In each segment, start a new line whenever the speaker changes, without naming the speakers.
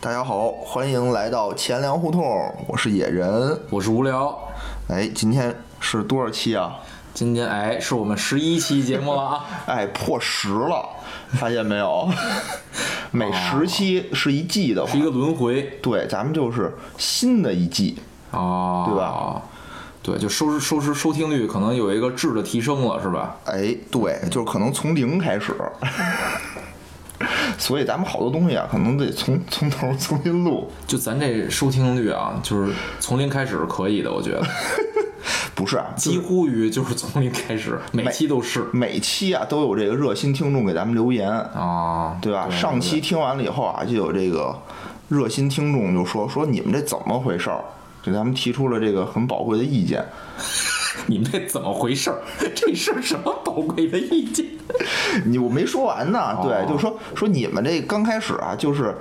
大家好，欢迎来到钱粮胡同，我是野人。
我是无聊。
哎，今天是多少期啊？
今天哎，是我们十一期节目了啊！
哎，破十了，发现没有？每十期是一季的话
是一，个轮回
对，咱们就是新的一季。
哦，
对
吧？对，就收视收视收听率可能有一个质的提升了，是吧？
哎，对，就是可能从零开始。 所以咱们好多东西啊，可能得从 从头重新录。
就咱这收听率啊，就是从零开始是可以的，我觉 得
不是啊，
几乎于就是从零开始，每期都是
每期啊都有这个热心听众给咱们留言，
啊，
对吧？上期听完了以后啊，就有这个热心听众就说说你们这怎么回事儿，给咱们提出了这个很宝贵的意见。
你们这怎么回事儿？这事儿什么宝贵的意见？
你我没说完呢，对，
哦
就说说你们这刚开始啊，就是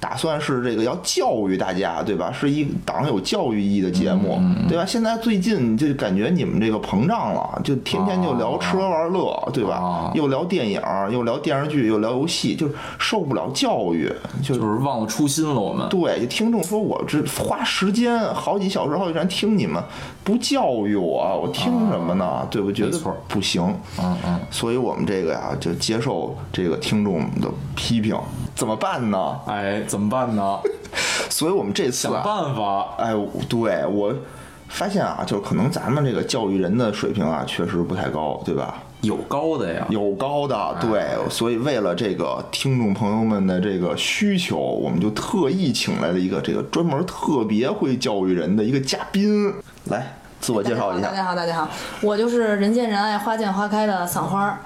打算是这个要教育大家，对吧？是一档有教育意义的节目，
嗯
对吧？现在最近就感觉你们这个膨胀了，就天天就聊吃喝玩乐，对吧？
哦
又聊电影，又聊电视剧，又聊游戏，就受不了教育，就
就是忘了初心了，我们
对，就听众说我这花时间好几小时、好几天听你们，不教育我，我听什么呢？对不？觉
没
得
错
不行。
嗯嗯，
所以我们这个呀，就接受这个听众的批评，怎么办呢？
哎，怎么 办呢？
所以我们这次
想
啊，
办法。
哎，我对我发现啊，就是可能咱们这个教育人的水平啊，确实不太高，对吧？
有高的呀，
有高
哎
的，对，所以为了这个听众朋友们的这个需求，我们就特意请来了一个这个专门特别会教育人的一个嘉宾，来自我介绍一
大
下。
家好，大家好，我就是人见人爱、花见花开的赏花儿。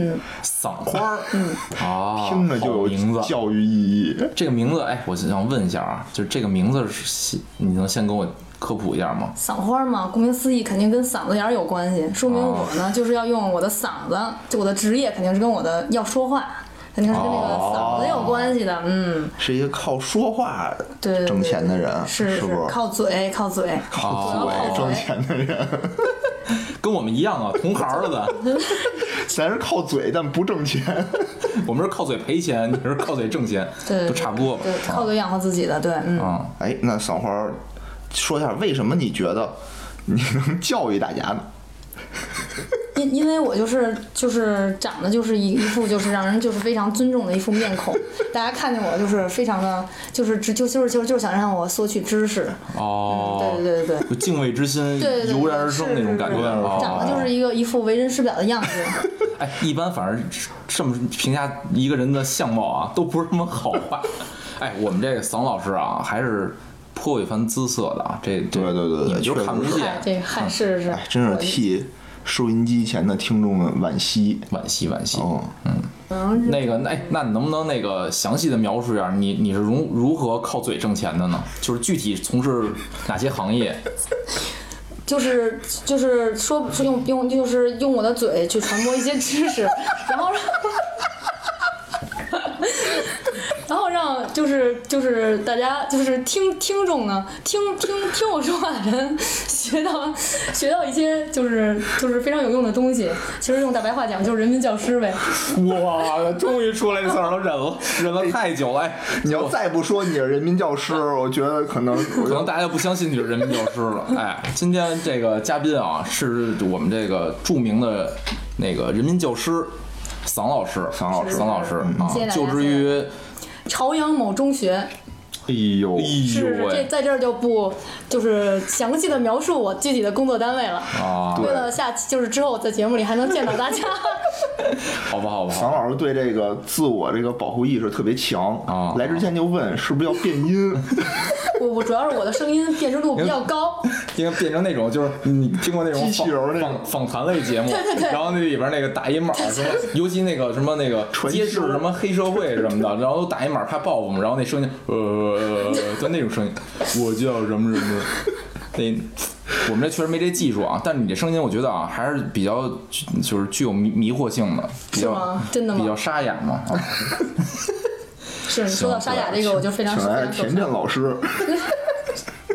嗯，
赏花儿，嗯啊，
听着就
好名
有
字。
教育意义。
这个名字，哎，我想问一下啊，就是这个名字是写，你能先跟我科普一下吗？
赏花儿嘛，顾名思义，肯定跟嗓子眼儿有关系。说明我呢，就是要用我的嗓子，就我的职业肯定是跟我的要说话，肯定是跟那个嗓子有关系的。嗯，
是一个靠说话
对对对
挣钱的人，啊
是
是不是？
靠嘴，靠嘴，
靠
主要
嘴
靠
挣
嘴
钱的人，
跟我们一样啊，同行儿 的咱，
咱是靠嘴但不挣钱。
我们是靠嘴赔钱，你是靠嘴挣钱，
对，
都差不多吧
对，。靠嘴养活自己的，对，嗯。
啊，
哎，那赏花儿说一下，为什么你觉得你能教育大家呢？
因因为我就是就是长得就是一一副就是让人就是非常尊重的一副面孔， 大家看见我就是非常的就是只就就是就是就是想让我索取知识，
哦，
对对对对。
就敬畏之心
对对对，
油然而生
是
那种
是
感觉
是
哦
长得就是一个一副为人师表的样子。
哎，一般反正这么评价一个人的相貌啊，都不是什么好 话。哎，我们这个桑老师啊，还是颇有一番姿色的啊。这这
对对对对
你们就
确实
看不
是
嗨，
见，
这嗨是是
哎，，真是替收音机前的听众们惋惜。
惋惜惋惜。
嗯，
嗯，
那个，哎，那你能不能那个详细的描述一下，你你是如如何靠嘴挣钱的呢？就是具体从事哪些行业？
就是就是说说用用就是用我的嘴去传播一些知识， 然后让。然后让就是就是大家就是听听众呢，听听听我说话的人学到学到一些就是就是非常有用的东西。其实用大白话讲就是人民教师呗。
哇，终于出来这词儿了，忍了，忍了太久了。哎，
你要再不说你是人民教师，我觉得 可能
可能大家就不相信你是人民教师了。哎，今天这个嘉宾啊，是我们这个著名的那个人民教师桑老师，
桑老师
桑老师啊
嗯谢谢，大家
就职于，
朝阳某中学
哎呦，
是
哎呦
这
喂
在这儿就不就是详细的描述我具体的工作单位了。
啊，
对
为了下期就是之后我在节目里还能见到大家。
好吧，好吧，
常老师对这个自我这个保护意识特别强
啊
来之前就问是不是要变 音，
我我主要是我的声音辨识度比较高，
应该变成那种就是你听过那种
机器人儿那种
访访访谈类节目，
对对对
然后那里边那个打一码儿什么，尤其那个什么那个
纯
揭示
是
什么黑社会什么的，然后都打一码儿怕报复嘛，然后那声音呃，就那种 声音，我叫什么什么，那。我们这确实没这技术啊，但是你这声音，我觉得啊，还是比较具就是具有迷迷惑性的，比
是
较
吗真的吗
比较沙哑嘛。啊
是你说到沙哑这个，我就非常
请
非
来
常受
田震
伤。
老师。
啊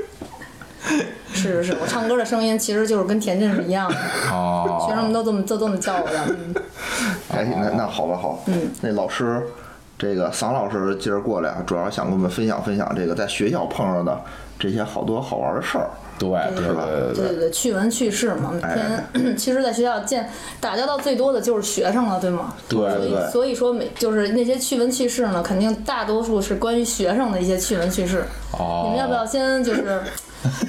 是是是，我唱歌的声音其实就是跟田震是一样的，
哦，
学生们都这么都这么叫我的。嗯嗯
哎，那那好吧，好，那老师。这个桑老师今儿过来啊，主要想跟我们分享分享这个在学校碰上的这些好多好玩的事儿。
对对
是吧
对
对对对，呃趣闻趣事嘛，每
哎
天 其实，在学校见打交道最多的就是学生了，对吗？
对
所
对
以
对，
所以说每就是那些趣闻趣事呢，肯定大多数是关于学生的一些趣闻趣事。
哦，
你们要不要先就是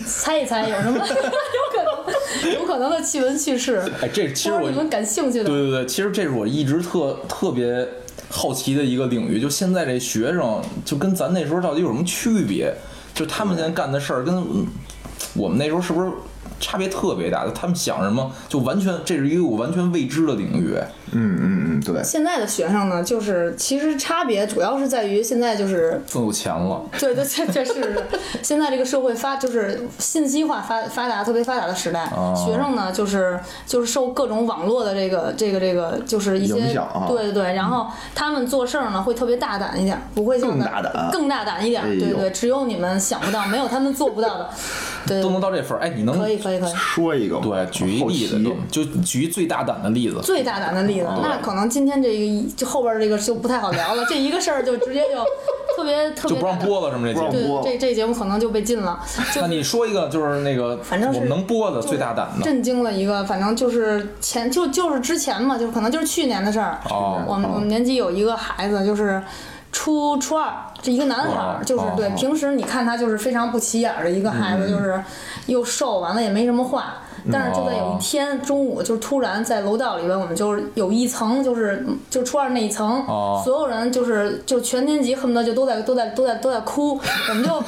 猜一猜有什么 有可能有可能的趣闻趣事，
哎，这其实
或
我
者哦你们感兴趣的？
对对对，其实这是我一直特特别好奇的一个领域，就现在这学生就跟咱那时候到底有什么区别？就他们现在干的事儿跟嗯我们那时候是不是差别特别大？他们想什么就完全，这是一个我完全未知的领域。
嗯嗯嗯，对，
现在的学生呢，就是其实差别主要是在于现在就是
更有钱了，
对对，确确实是。现在这个社会发就是信息化发发达特别发达的时代，
哦
学生呢就是就是受各种网络的这个这个这个就是一些
影响啊
对对对，然后他们做事儿呢会特别大胆一点，不会像
更
咱
大胆
更大胆一点，
哎呦
对对对，只有你们想不到，没有他们做不到的， 对，
都能到这份儿。哎，你能
可以可以可以。
说一个嘛，
对举一
好
例子
奇
就，就举一最大胆的例子。
最大胆的例
哦
子，那可能今天这个一就后边这个就不太好聊了，这一个事儿就直接就特别特
就
别
不让
大胆
播了，什么这节
不让。
目
对
播
这这节目可能就被 禁了，就
那你说一个，就是那个
反正是
我们能播的
就
最大胆的
震惊了一个，反正就是前就就是之前嘛，就可能就是去年的事儿。
哦
我们我们年级有一个孩子，就是初初二，这一个男孩
哦
儿，就是
哦嗯
对
哦
平时你看他就是非常不起眼儿的一个孩子，就是又瘦，完了也没什么话。但是就
嗯
在有
哦
一天中午，就是突然在楼道里边，我们就是有一层，就是就初二那一层，
哦
所有人就是就全年级恨不得就都在都在都在都 在哭，我们就我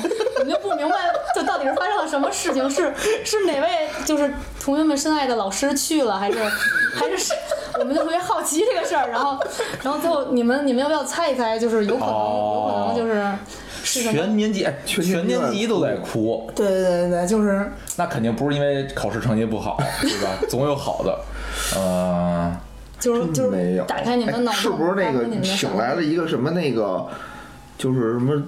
们就不明白，就到底是发生了什么事情，是是哪位就是同学们深爱的老师去了，还是 还是是，我们就特别好奇这个事儿，然后然后最后你们你们要不要猜一猜，就是有可能、
哦
有可能就是是什么？
全年级，哎
全年级
全年级都在哭。
对对对对，就是
那肯定不是因为考试成绩不 好，对吧？总有好的。呃，
就是就
没
是
有，
打开你们的
哎
脑洞，
是不是那
打开你
个
们的想
请
象
来了一个什么那个，就是什么？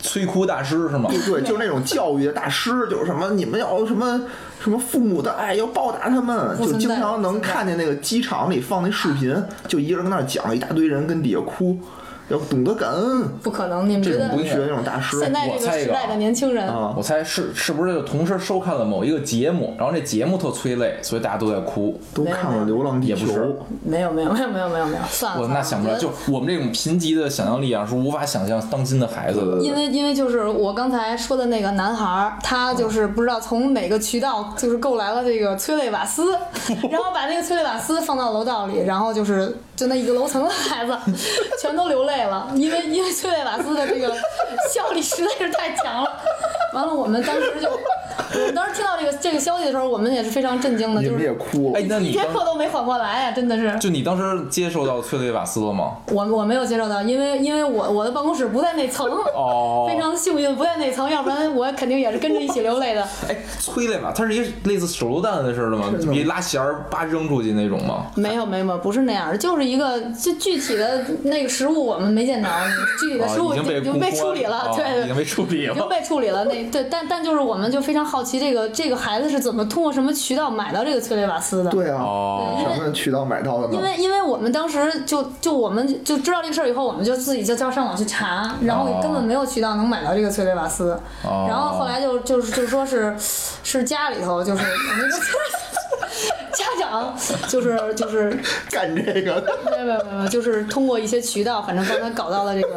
摧枯大师是吗？
对，就是那种教育的大师，就是什么你们要什么什么父母的爱要报答他们，
不
就
存
经
在
常
不
能
存在
看见那个机场里放那视频，就一个人跟那儿讲，一大堆人跟底下哭，要懂得感恩，
不可能，你们觉
这
得
种不学那种大师。
现在这
我猜一
时
个啊
代的年轻人，
啊，
我猜是是不是就同时收看了某一个节目，然后这节目特催泪，所以大家都在哭。
都看了《流浪地
也不
球
是》，
没有没有没有没有没有没有，算了，
我
算了
那想不到，
啊我觉
就
得
我们这种贫瘠的想象力啊，是无法想象当今的孩子的。
因为因为就是我刚才说的那个男孩儿，他就是不知道从哪个渠道就是购来了这个催泪 瓦斯，然后把那个催泪瓦斯放到楼道里，然后就是就那一个楼层的 孩子全都流泪了，因为因为催泪瓦斯的这个效力实在是太强了。完了，我们当时就，我们当时听到这个这个消息的时候，我们也是非常震惊的，
你
就
们也
是
哭，
哎，那
一
你
天
当
课都没缓过来呀、真的是。
就你当时接受到催泪瓦斯了吗？
我我没有接受到，因为因为我我的办公室不在那层，
哦
非常幸运不在那层，要不然我肯定也是跟着一起流泪的。
哎，催泪瓦，它是一个类似手榴弹的似的吗？就一拉弦儿叭扔出去那种吗？
没有没有没有，不是那样的，就是一个就具体的那个食物我们没见着，具体的
啊，
食物
已经被
已经被
公
处理了，
啊
对对
已经被处理
已经
了。
被处理了。那对，但但就是我们就非常好奇，这个这个孩子是怎么通过什么渠道买到这个催泪瓦斯的？
对啊，
哦
什么渠道买到的呢？
因为因为我们当时就就我们就知道这个事儿以后，我们就自己就叫上网去查，然后根本没有渠道能买到这个催泪瓦斯。
哦
然后后来就就是就说是是家里头就是我们就家长就是就是
干这个的
没有没有没有就是通过一些渠道，反正帮他搞到了这个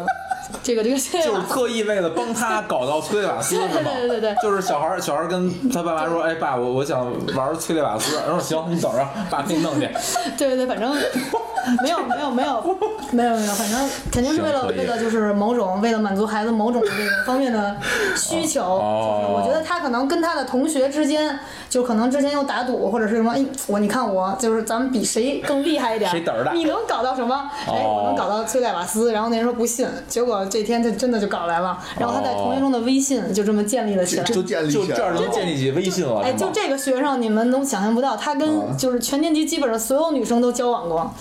这个这个催泪
就是
瓦斯。
特意为了帮 他搞到催泪瓦斯，是吗？
对对对对对
就是小孩儿，小孩儿跟他爸爸说：“哎，爸，我我想玩催泪瓦斯。”然后行，你等着，爸给你 弄去。
对对对，反正没有没有没有没有没有，反正肯定是为了
行可以
为了就是某种为了满足孩子某种这个方面的需求，
哦
就是我觉得他可能跟他的同学之间，就可能之前又打赌或者是什么，哎我你看我就是咱们比谁更厉害一点，
谁胆儿大
你能搞到什么？哎，
哦
我能搞到崔代瓦斯，然后那人说不信，结果这天他真的就搞来了，然后他在同学中的微信就这么建立了起来。
就建立
就
起
这儿
来了。
能建立起微信了，
哎，
是
就
吗？啊
这个学生，你们都想象不到，他跟就是全年级基本上所有女生都交往过。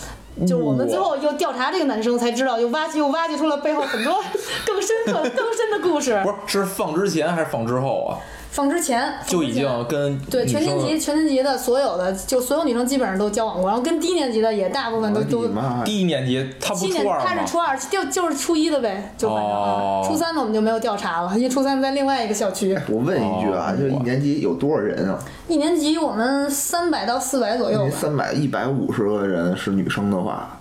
就是我们最后又调查这个男生，才知道又挖掘又挖掘出了背后很多更深刻、更深的故事
不。是是放之前还是放之后啊？
放之前放之
就已经
前
跟
对
女
全年
生
级全年级的所有的就所有女生基本上都交往过，然后跟低年级的也大部分都
我
都
的妈呀！
第一年级，他不
七年
初二
他
吗
是？初二，就就是初一的呗，就反正、啊
哦
初三的我们就没有调查了，因为初三在另外一个小区。
我问一句啊，
哦
就是一年级有多少人啊？
一年级我们三百到四百左右
您
吧，
三百一百五十个人是女生的话，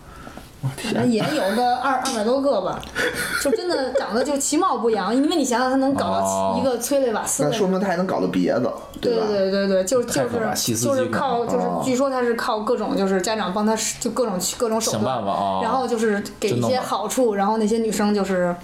我
反正
天，
也有个二二百多个吧，就真的长得就其貌不扬，因为你想想他能搞
哦
到一个催泪瓦斯
那
的
说明他还能搞到别的，
对
吧？
对对对，就是
太可怕细
就是
思
就
极
是
恐
靠就是
哦，
据说他是靠各种就是家长帮他就各种去各种手
想
段
办，法啊。
然后就是给
真
一
弄
些
吧
好处，然后那些女生就是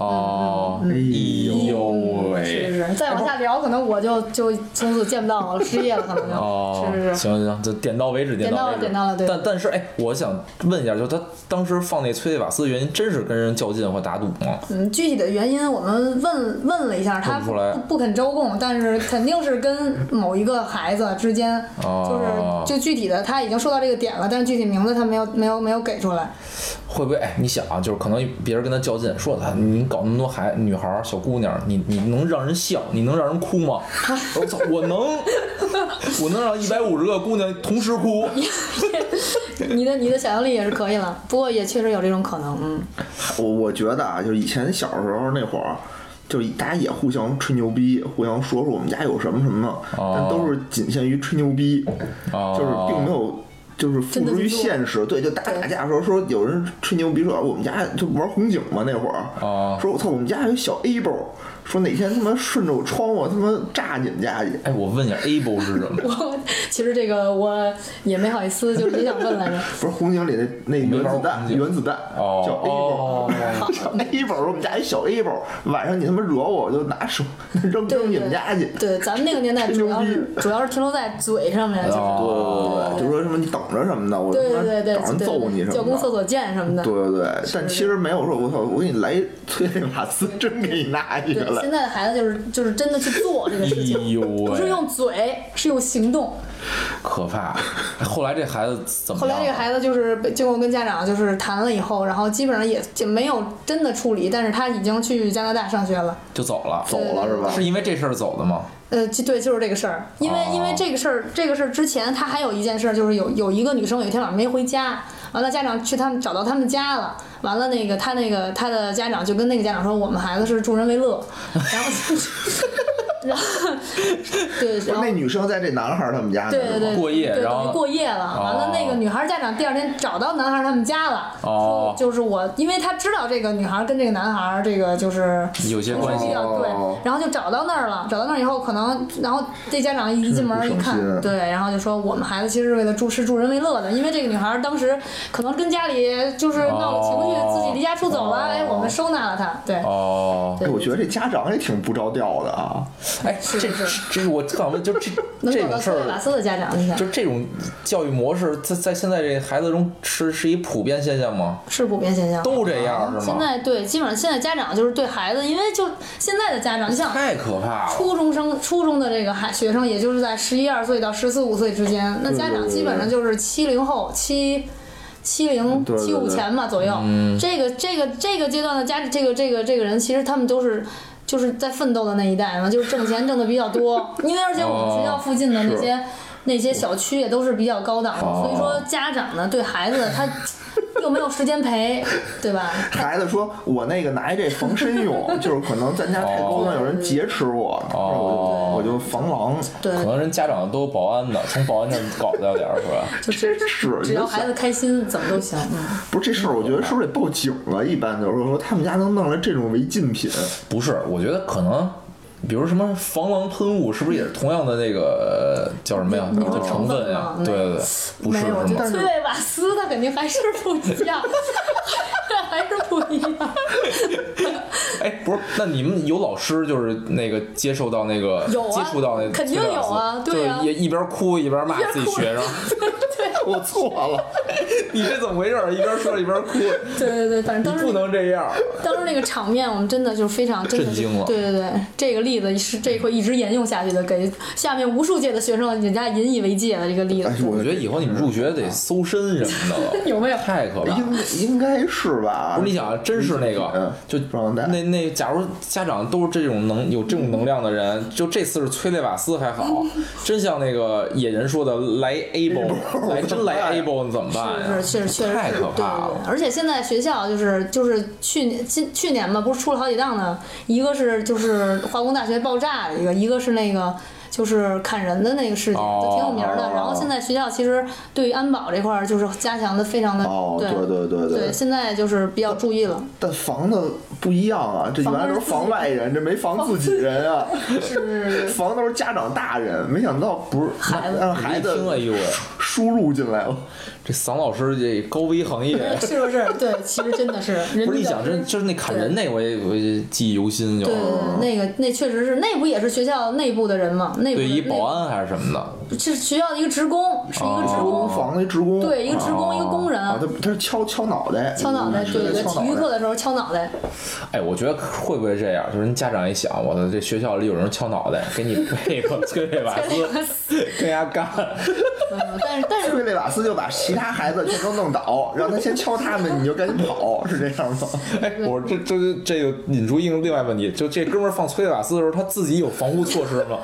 嗯
哦，
嗯
哎呦
是
喂，
是，再往下聊，可能我就就从此见不到我了，失业了，可能 就、
哦，
是是是。
行行，就点到为止，
点到
为
了，
止。
点到了，对。
但但是哎，我想问一下，就他当时放那催泪瓦斯的原因，真是跟人较劲或打赌吗？
嗯，具体的原因我们问问了一下，他
问不出来
不不肯招供，但是肯定是跟某一个孩子之间，
哦
就是就具体的他已经说到这个点了，但是具体名字他没有没有没有给出来。
会不会哎，你想啊，就是可能别人跟他较劲，说他你搞那么多孩女孩儿小姑娘，你你能让人笑，你能让人哭吗？我操，我能，我能让一百五十个姑娘同时哭。
你的你的想象力也是可以了，不过也确实有这种可能，嗯。
我我觉得啊，就是以前小时候那会儿，就是大家也互相吹牛逼，互相说说我们家有什么什么，
哦
但都是仅限于吹牛逼，
哦
就是并没有。就是付诸于现实，对，就打
对
打架的时候说有人吹牛逼说啊我们家就玩红警嘛那会儿，
哦
说我操我们家有一小 A 包，说哪天他妈顺着我窗户他妈炸你们家去，
哎，我问一下，able 是什么？
我其实这个我也没好意思，就是也想问来着。
不是红警里的那
没
原
玩
子
红
弹
警
原子弹
哦
叫 A 包
哦，
小 A 包，我们家一小 A 包，晚上你他妈惹我，我就拿手扔
对
扔你们家去。
对，咱们那个年代主要是主要是停留在嘴上面，就是
哦
对，就说什么你等着什么的，我他
对
妈
对对
找
对
人揍你
对，
什
叫
么
公厕
的。
所见什么的。
对对对，但其实没有说，我操，我给你来一催泪瓦斯，真给你拿一个
对，
来
现。在的孩子就是就是真的去做这个
哎
事情，
呦
不 是
喂，
用嘴，是用行动。
可怕！哎后来这孩子怎么
后
样
来
了？
这个孩子就是被经过跟家长就是谈了以后，然后基本上也也没有真的处理，但是他已经去加拿大上学了。
就走了，
走了是吧？
是因为这事儿走的吗？
呃，就对，就是这个事儿，因为、
哦
因为这个事儿，这个事儿之前他还有一件事儿，就是有有一个女生有一天晚上没回家，完了家长去他们找到他们家了，完了那个他那个他的家长就跟那个家长说，我们孩子是助人为乐，然后就是， 然后对，
不
然
是
后
那。女生在这男孩儿他们家呢，
对
是
对
吗
对，
过夜
对
然后
等于过夜了。完了，那个女孩家长第二天找到男孩他们家了，
哦
说就是我，因为他知道这个女孩跟这个男孩这个就是
有些
同
关
学
系
比较对
哦，
然后就找到那儿了，找到那儿以后，可能然后这家长一进门
真
嗯
一
是不省
看，
心
对，然后就说我们孩子其实是为了助是助人为乐的，因为这个女孩当时可能跟家里就是闹了情绪，
哦
自己离家出走了，
哦
哎，我们收纳了她，对，
哦，
哎，
对
我觉得这家长也挺不着调的啊。
哎，这
是
这
是是
这是我特想问，就这
能
这
找到
种事
斯莱瓦
儿，
斯的家长，你想
就这种教育模式，在在现在这孩子中是是一普遍现象吗？
是普遍现象。
都这样是
现
吗？
在对，基本上现在家长就是对孩子，因为就现在的家长，你想
太可怕了！
初中生、初中的这个孩学生，也就是在十一二岁到十四五岁之间，那家长基本上就是七零后、七七零、
对对
七五前吧左右。这个、这个、这个阶段的家，这个、这个、这个人，其实他们都是。就是在奋斗的那一代嘛，就是挣钱挣的比较多，因为而且我们学校附近的那些、那些小区也都是比较高档的，
哦
所以说家长呢对孩子他又没有时间陪，对吧？
孩子说：“我那个拿一这防身 用，就是可能咱家太高端，有人劫持我，
哦
我就我就防狼。
对，
可能人家长都保安的，从保安那儿搞掉点儿是吧？
就是
真是
只要孩子开心，怎么都行。嗯
不是这事儿，我觉得是不是得报警啊？一般就是说他们家能弄来这种违禁品，
不是，我觉得可能。比如什么防狼喷雾，是不是也是同样的那个呃叫什么呀？
你
就成分呀？
你
对对对，不是嗯
没有，我
是
觉
吗
得？催泪瓦斯它肯定还是不一样， 还是不一 样。
哎，不是，那你们有老师就是那个接受到那个
有啊
接触到那个
肯定有啊
催泪瓦斯
对啊
就是也一边哭一边骂自己学生，
我错了。
你是怎么回事儿？一边说一边 哭，
对对对，反正
你
当时
不能这样。
当时那个场面，我们真的就是非常真的
震
是
惊了
对对对，这个例子是这会一直沿用下去的，给下面无数届的学生人家引以为戒的这个例子
哎，我
我觉得以后你们入学得搜身什么的了，
有没有？
太可怕了。
应应该是吧？
不是你想啊，真是那
嗯
个，就
不让带
那那，假如家长都是这种能有这种能量的人，就这次是催泪瓦斯 还好，真像那个野人说的来 able，来真来 able 你怎么办哎呀？
是是确实
太
是
可怕
对对对
了。
而且现在学校就是就是去年今去年吧，不是出了好几档呢，一个是就是化工大学爆炸的一个，一个是那个。就是砍人的那个事件
哦
都挺有名儿的，然后现在学校其实对于安保这块儿就是加强的非常的，
哦，对对对
对，现在就是比较注意了。
但防的不一样啊，这原来都是防外人，这没防自己人啊，
是
防都是家长大人，没想到不是
孩子
让孩
一
子
听，哎呦喂，
输入进来了。哦
这桑老师这高危行业，
是不是？对，其实真的是，人
不是
比
一
较
想真就是那砍人那我也我也记忆犹新，就
对对对，那个那确实是内部也是学校内部的人嘛，内部
对
的
一保啊哦安还是什么的，
内是学校的一个职工，是一个职工，
工房那职工，
哦对，一个职
哦
工，一个工人，
啊，他他是敲敲脑袋，
敲脑袋，
嗯
对对对，
敲
体
脑
育
袋
课的时候敲脑袋，
哎，我觉得会不会这样？就是人家长一想，我操，这学校里有人敲脑袋，给你配个催泪瓦 斯，跟人家干。
嗯但是但是
崔雷瓦斯就把其他孩子全都弄倒，让他先敲他们，你就赶紧跑，是这样吗？
哎，我这这这个引出一个另外问题，就这哥们儿放催泪瓦斯的时候，他自己有防护措施吗？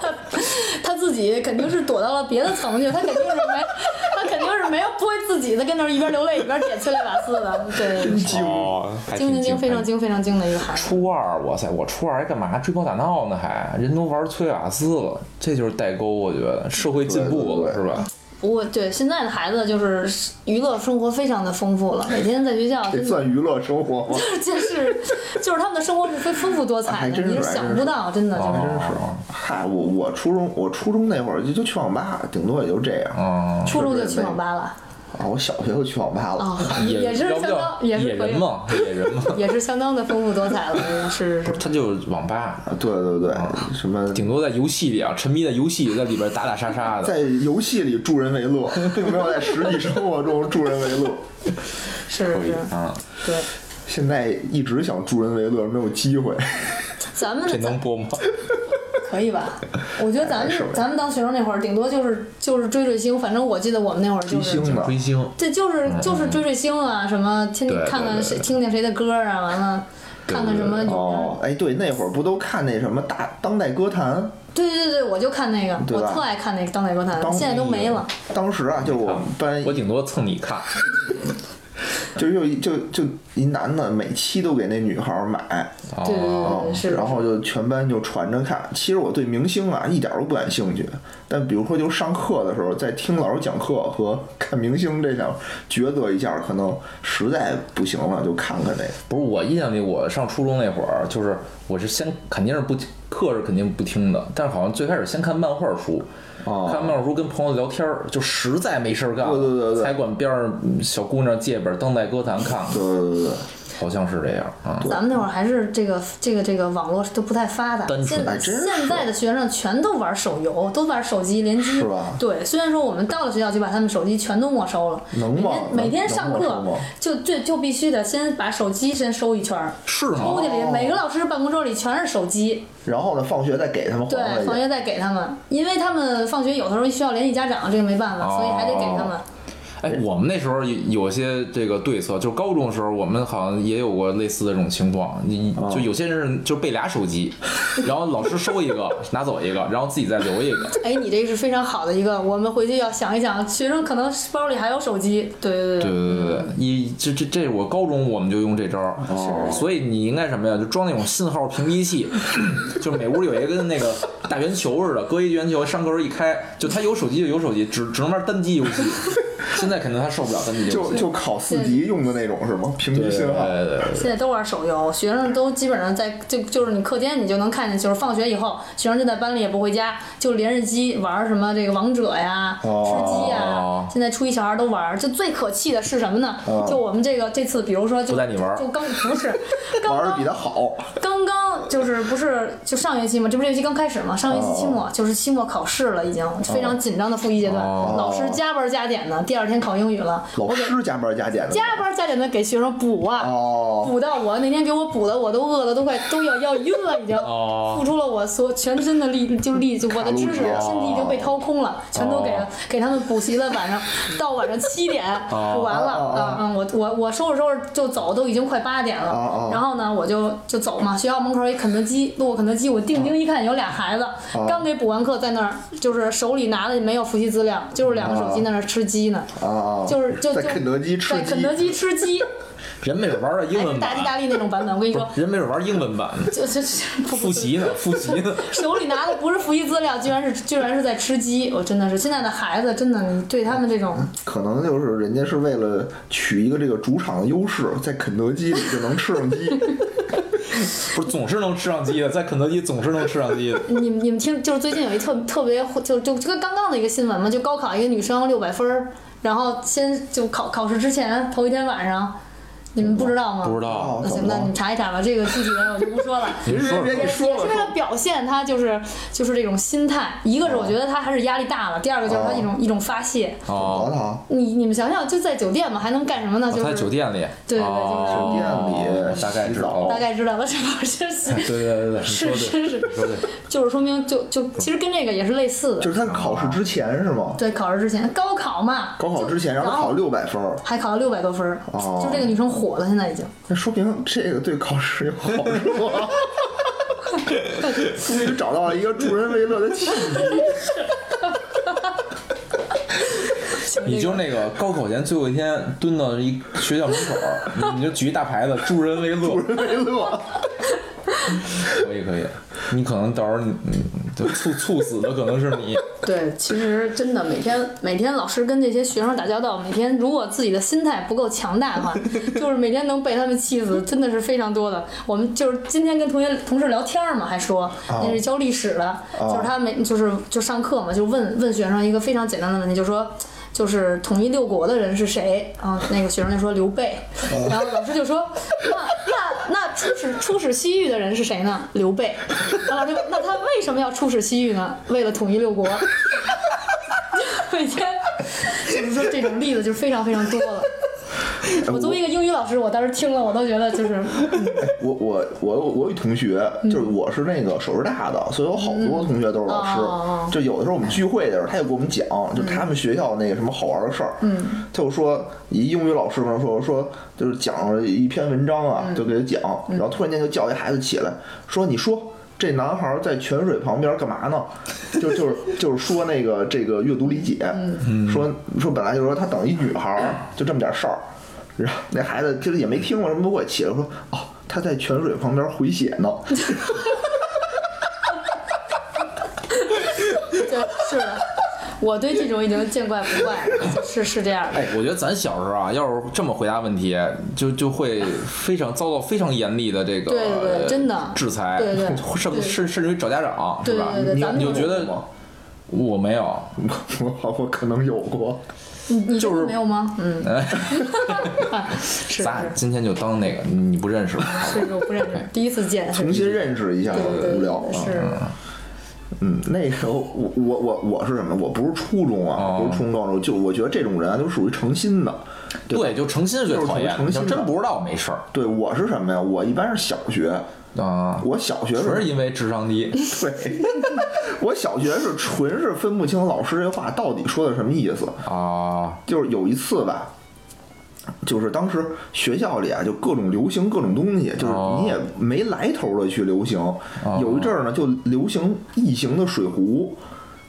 他自己肯定是躲到了别的层去，他肯定是没，他肯定是没有不会自己的跟那儿一边流泪一边点催泪瓦斯的，对，
哦，还
精
挺
精精非常。精非常精的一个孩子，
初二，哇塞，我初二还干嘛追跑打闹呢还？人都玩催泪瓦斯了，这就是代沟，我觉得社会进步了
对对对
是吧？
不过对现在的孩子就是娱乐生活非常的丰富了，每天在学校
这
真的
算娱乐生活吗？
就是就是他们的生活是非丰富多彩
还
的，
真是哦
你是想不到，真的就是。
真是。
嗨，我我初中我初中那会儿就就去网吧，顶多也就这样
哦，
初中就去网吧了
啊。我小学就去网吧了，
啊，也也是
要
相
不
当
叫
也
野
是可以
人 嘛，野人嘛，
也是相当的丰富多彩了，是是是。
他就是网吧，
啊对对对，什么
哦顶多在游戏里啊，沉迷在游戏，在里边打打杀杀的。
在游戏里助人为乐，并没有在实际生活中助人为乐。
是是，
啊，
对，
现在一直想助人为乐，没有机会。
咱们
这
的
能播吗？
可以 吧？我觉得咱
是吧
们咱们当学生那会儿，顶多就是就是追追星，反正我记得我们那会儿就
追
是
星。嗯的
追星，
对，就是就是追追星啊，什么听
对对
看看
对
谁听听谁的歌啊，完了看看什么有
哦
名，
哎，对，那会儿不都看那什么大当代歌坛？
对对对，我就看那个，
对
我
吧
特爱看那个当代歌坛
当，
嗯现在都没了。
当时啊，就是我们班
嗯我顶多蹭你看。
就又一就就一男的，每期都给那女孩儿买，
对对
哦，
对
嗯
对，是。
然后就全班就传着看。其实我对明星啊一点儿都不感兴趣，但比如说就上课的时候，在听老师讲课和看明星这两抉择一下，可能实在不行了就看看这个。
不是我印象里，我上初中那会儿，就是我是先肯定是不课是肯定不听的，但是好像最开始先看漫画书，
哦
看漫画书跟朋友聊天儿，就实在没事儿干，
对对对对
才管边上小姑娘借本《当代歌坛》看看，
对对对对，
好像是这样啊。
咱们那会儿还是这个这个这个网络都不太发达，
单纯
现
哎真是
现在的学生全都玩手游，都玩手机联机
是吧。
对，虽然说我们到了学校就把他们手机全都没收了，
能
每
吗
天
能
每天
能
上
没收
课
吗
就就就必须得先把手机先收一圈儿，
是吗
哦
屋？子里每个老师办公桌里全是手机，
然后呢，放学再给他们
对
还，
放
回去。
学再给他们，因为他们放学有的时候需要联系家长，这个没办法，
哦
所以还得给他们。
哎，我们那时候有有些这个对策，就是高中的时候，我们好像也有过类似的这种情况。你就有些人就备俩手机，然后老师收一个拿走一个，然后自己再留一个。
哎，你这个是非常好的一个，我们回去要想一想，学生可能包里还有手机，对对
对对对对，一这这这我高中我们就用这招儿，所以你应该什么呀？就装那种信号屏蔽器，就每屋里有一个跟那个大圆球似的，搁一圆球，上课时候一开，就他有手机就有手机，只只能玩单机游戏。现在肯定他受不了单机游
就
戏。
就考四级用的那种是吗？屏
对
蔽
对
信号。
对对对
现在都玩手游，学生都基本上在就就是你课间你就能看见，就是放学以后，学生就在班里也不回家，就连着机玩什么这个王者呀、吃鸡呀
哦。
现在初一小孩都玩，就最可气的是什么呢？就我们这个这次，比如说就
不带你玩
就刚不是刚
玩的
刚
比他好，
刚刚就是不是就上学期嘛，这不是学期刚开始嘛，上学期期末、就是期末考试了，已经非常紧张的复习阶段，
哦
老师加班加点呢，第二天考英语了，
老师加班加点的
加班加点的给学生补啊，
哦
补到我那天给我补的我都饿的都快都要要晕了，已经、
哦
付出了我所全身的力，就力就我的知识
卡路里啊哦
身体已经被掏空了，全都给了、给他们补习了， 晚上到晚上七点、补完了
哦哦
啊、嗯，我我我收拾收拾就走，都已经快八点了，
哦哦
然后呢我就就走嘛，学校门口一肯德基，路过肯德基，我定睛一看有俩孩
哦
子、刚给补完课在那儿，就是手里拿的没有复习资料，就是两个手机在那儿吃鸡呢。
啊，
就是就
在
就
肯德基哦吃
在肯
鸡
德，基吃 鸡，
人没准玩的英
还
文
是哎大吉
版，
大利那种版本。我跟你说，
人没准玩英文版，
就就就 不
复习呢，复习呢。
手里拿的不是复习资料，居然是居然是在吃鸡，我真的是现在的孩子，真的你对他们这种，
可能就是人家是为了取一个这个主场的优势，在肯德基里就能吃上鸡。
不是总是能吃上鸡的，在肯德基总是能吃上鸡的。
你们你们听，就是最近有一特特别就就就跟刚刚的一个新闻嘛，就高考一个女生六百分儿，然后先就考考试之前头一天晚上，你们不知道吗？
不知道，
哦
那
怎
行，
么
那
了
你查一查吧，这个具体的我就不说 了。
别别别，你
也
说
是为
吧，
了表现他就是就是这种心态，一个是我觉得他还是压力大了，第二个就是他一种、一种发泄。
淘
哦，
淘
你你们想想，就在酒店嘛，还能干什么呢？
我
就是、
哦在酒店里，
对对对就是
哦
酒店里
大概知道
洗澡
了
大。概知道了是吧？是
对对对对，你说
是
对，
是是，
你说对，
就是说明就就其实跟这个也是类似
嗯
的。
就是他考试之前是吗？
对，考试之前，高考嘛，
高考之前，
就
然后
然
他考六百分儿，
还考了六百多分儿，
哦
就这个女生火了，现在已经。
那说明这个对考试有好处啊。终于找到了一个助人为乐的契机。
你就是那个高考前最后一天蹲到一学校门口儿，你你就举一大牌子“助人为乐
助人为乐，”，
可以可以。你可能到时候你你就猝猝死的可能是你，
对，其实真的每天每天老师跟这些学生打交道，每天如果自己的心态不够强大的话，就是每天能被他们气死，真的是非常多的。我们就是今天跟同学同事聊天儿嘛，还说那是教历史的，就是他每就是就上课嘛，就问问学生一个非常简单的问题，就说。就是统一六国的人是谁？啊，那个学生就说刘备，然后老师就说，那那那出使出使西域的人是谁呢？刘备。然后老师就那他为什么要出使西域呢？为了统一六国。 每天就是说这种例子就是非常非常多了。我作为一个英语老师，我当时听了我都觉得就是嗯
我我我我有一同学，就是我是那个首师大的，所以我好多同学都是老师。
嗯哦
就有的时候我们聚会的时候，他就给我们讲，就他们学校那个什么好玩的事儿。嗯，他就说一英语老师嘛，说说就是讲了一篇文章啊，就给他讲，然后突然间就叫一孩子起来，说你说。这男孩在泉水旁边干嘛呢？就就是就是说那个这个阅读理解，说说本来就说他等一女孩儿，就这么点事儿，然后那孩子其实也没听过什么，我也起来说哦，他在泉水旁边回血呢。
就是的，我对这种已经见怪不怪了，是是这样的。
哎
我觉得咱小时候啊，要是这么回答问题，就就会非常遭到非常严厉的这个
对对对真的
制裁，
对对
甚
对
甚甚至于找家长，
对
是吧？
对对，
你
咱们
你就觉得
吗
我没有，
我我我可能有过，
你你
就是
真的没有吗？嗯，
哎
啊是 是
咱今天就当那个你不认识我。
是，我不认识，第一次见。
重新认识一下
对对
无聊
对，
啊。
是
嗯，那个我我我我是什么？我不是初中啊，
哦
不是初中高中，就我觉得这种人啊，就属于诚心的。 对吧
对，就诚心是最讨厌的。
就是诚
你
心
要
的
真不知道没事儿
对，我是什么呀？我一般是小学，
啊，
我小学
纯是
是，
因为智商低。
对， 我小学是纯是分不清老师这话到底说的什么意思。
啊，
就是有一次吧，就是当时学校里啊，就各种流行各种东西，就是
哦
你也没来头的去流行。有一阵儿呢，就流行异形的水壶，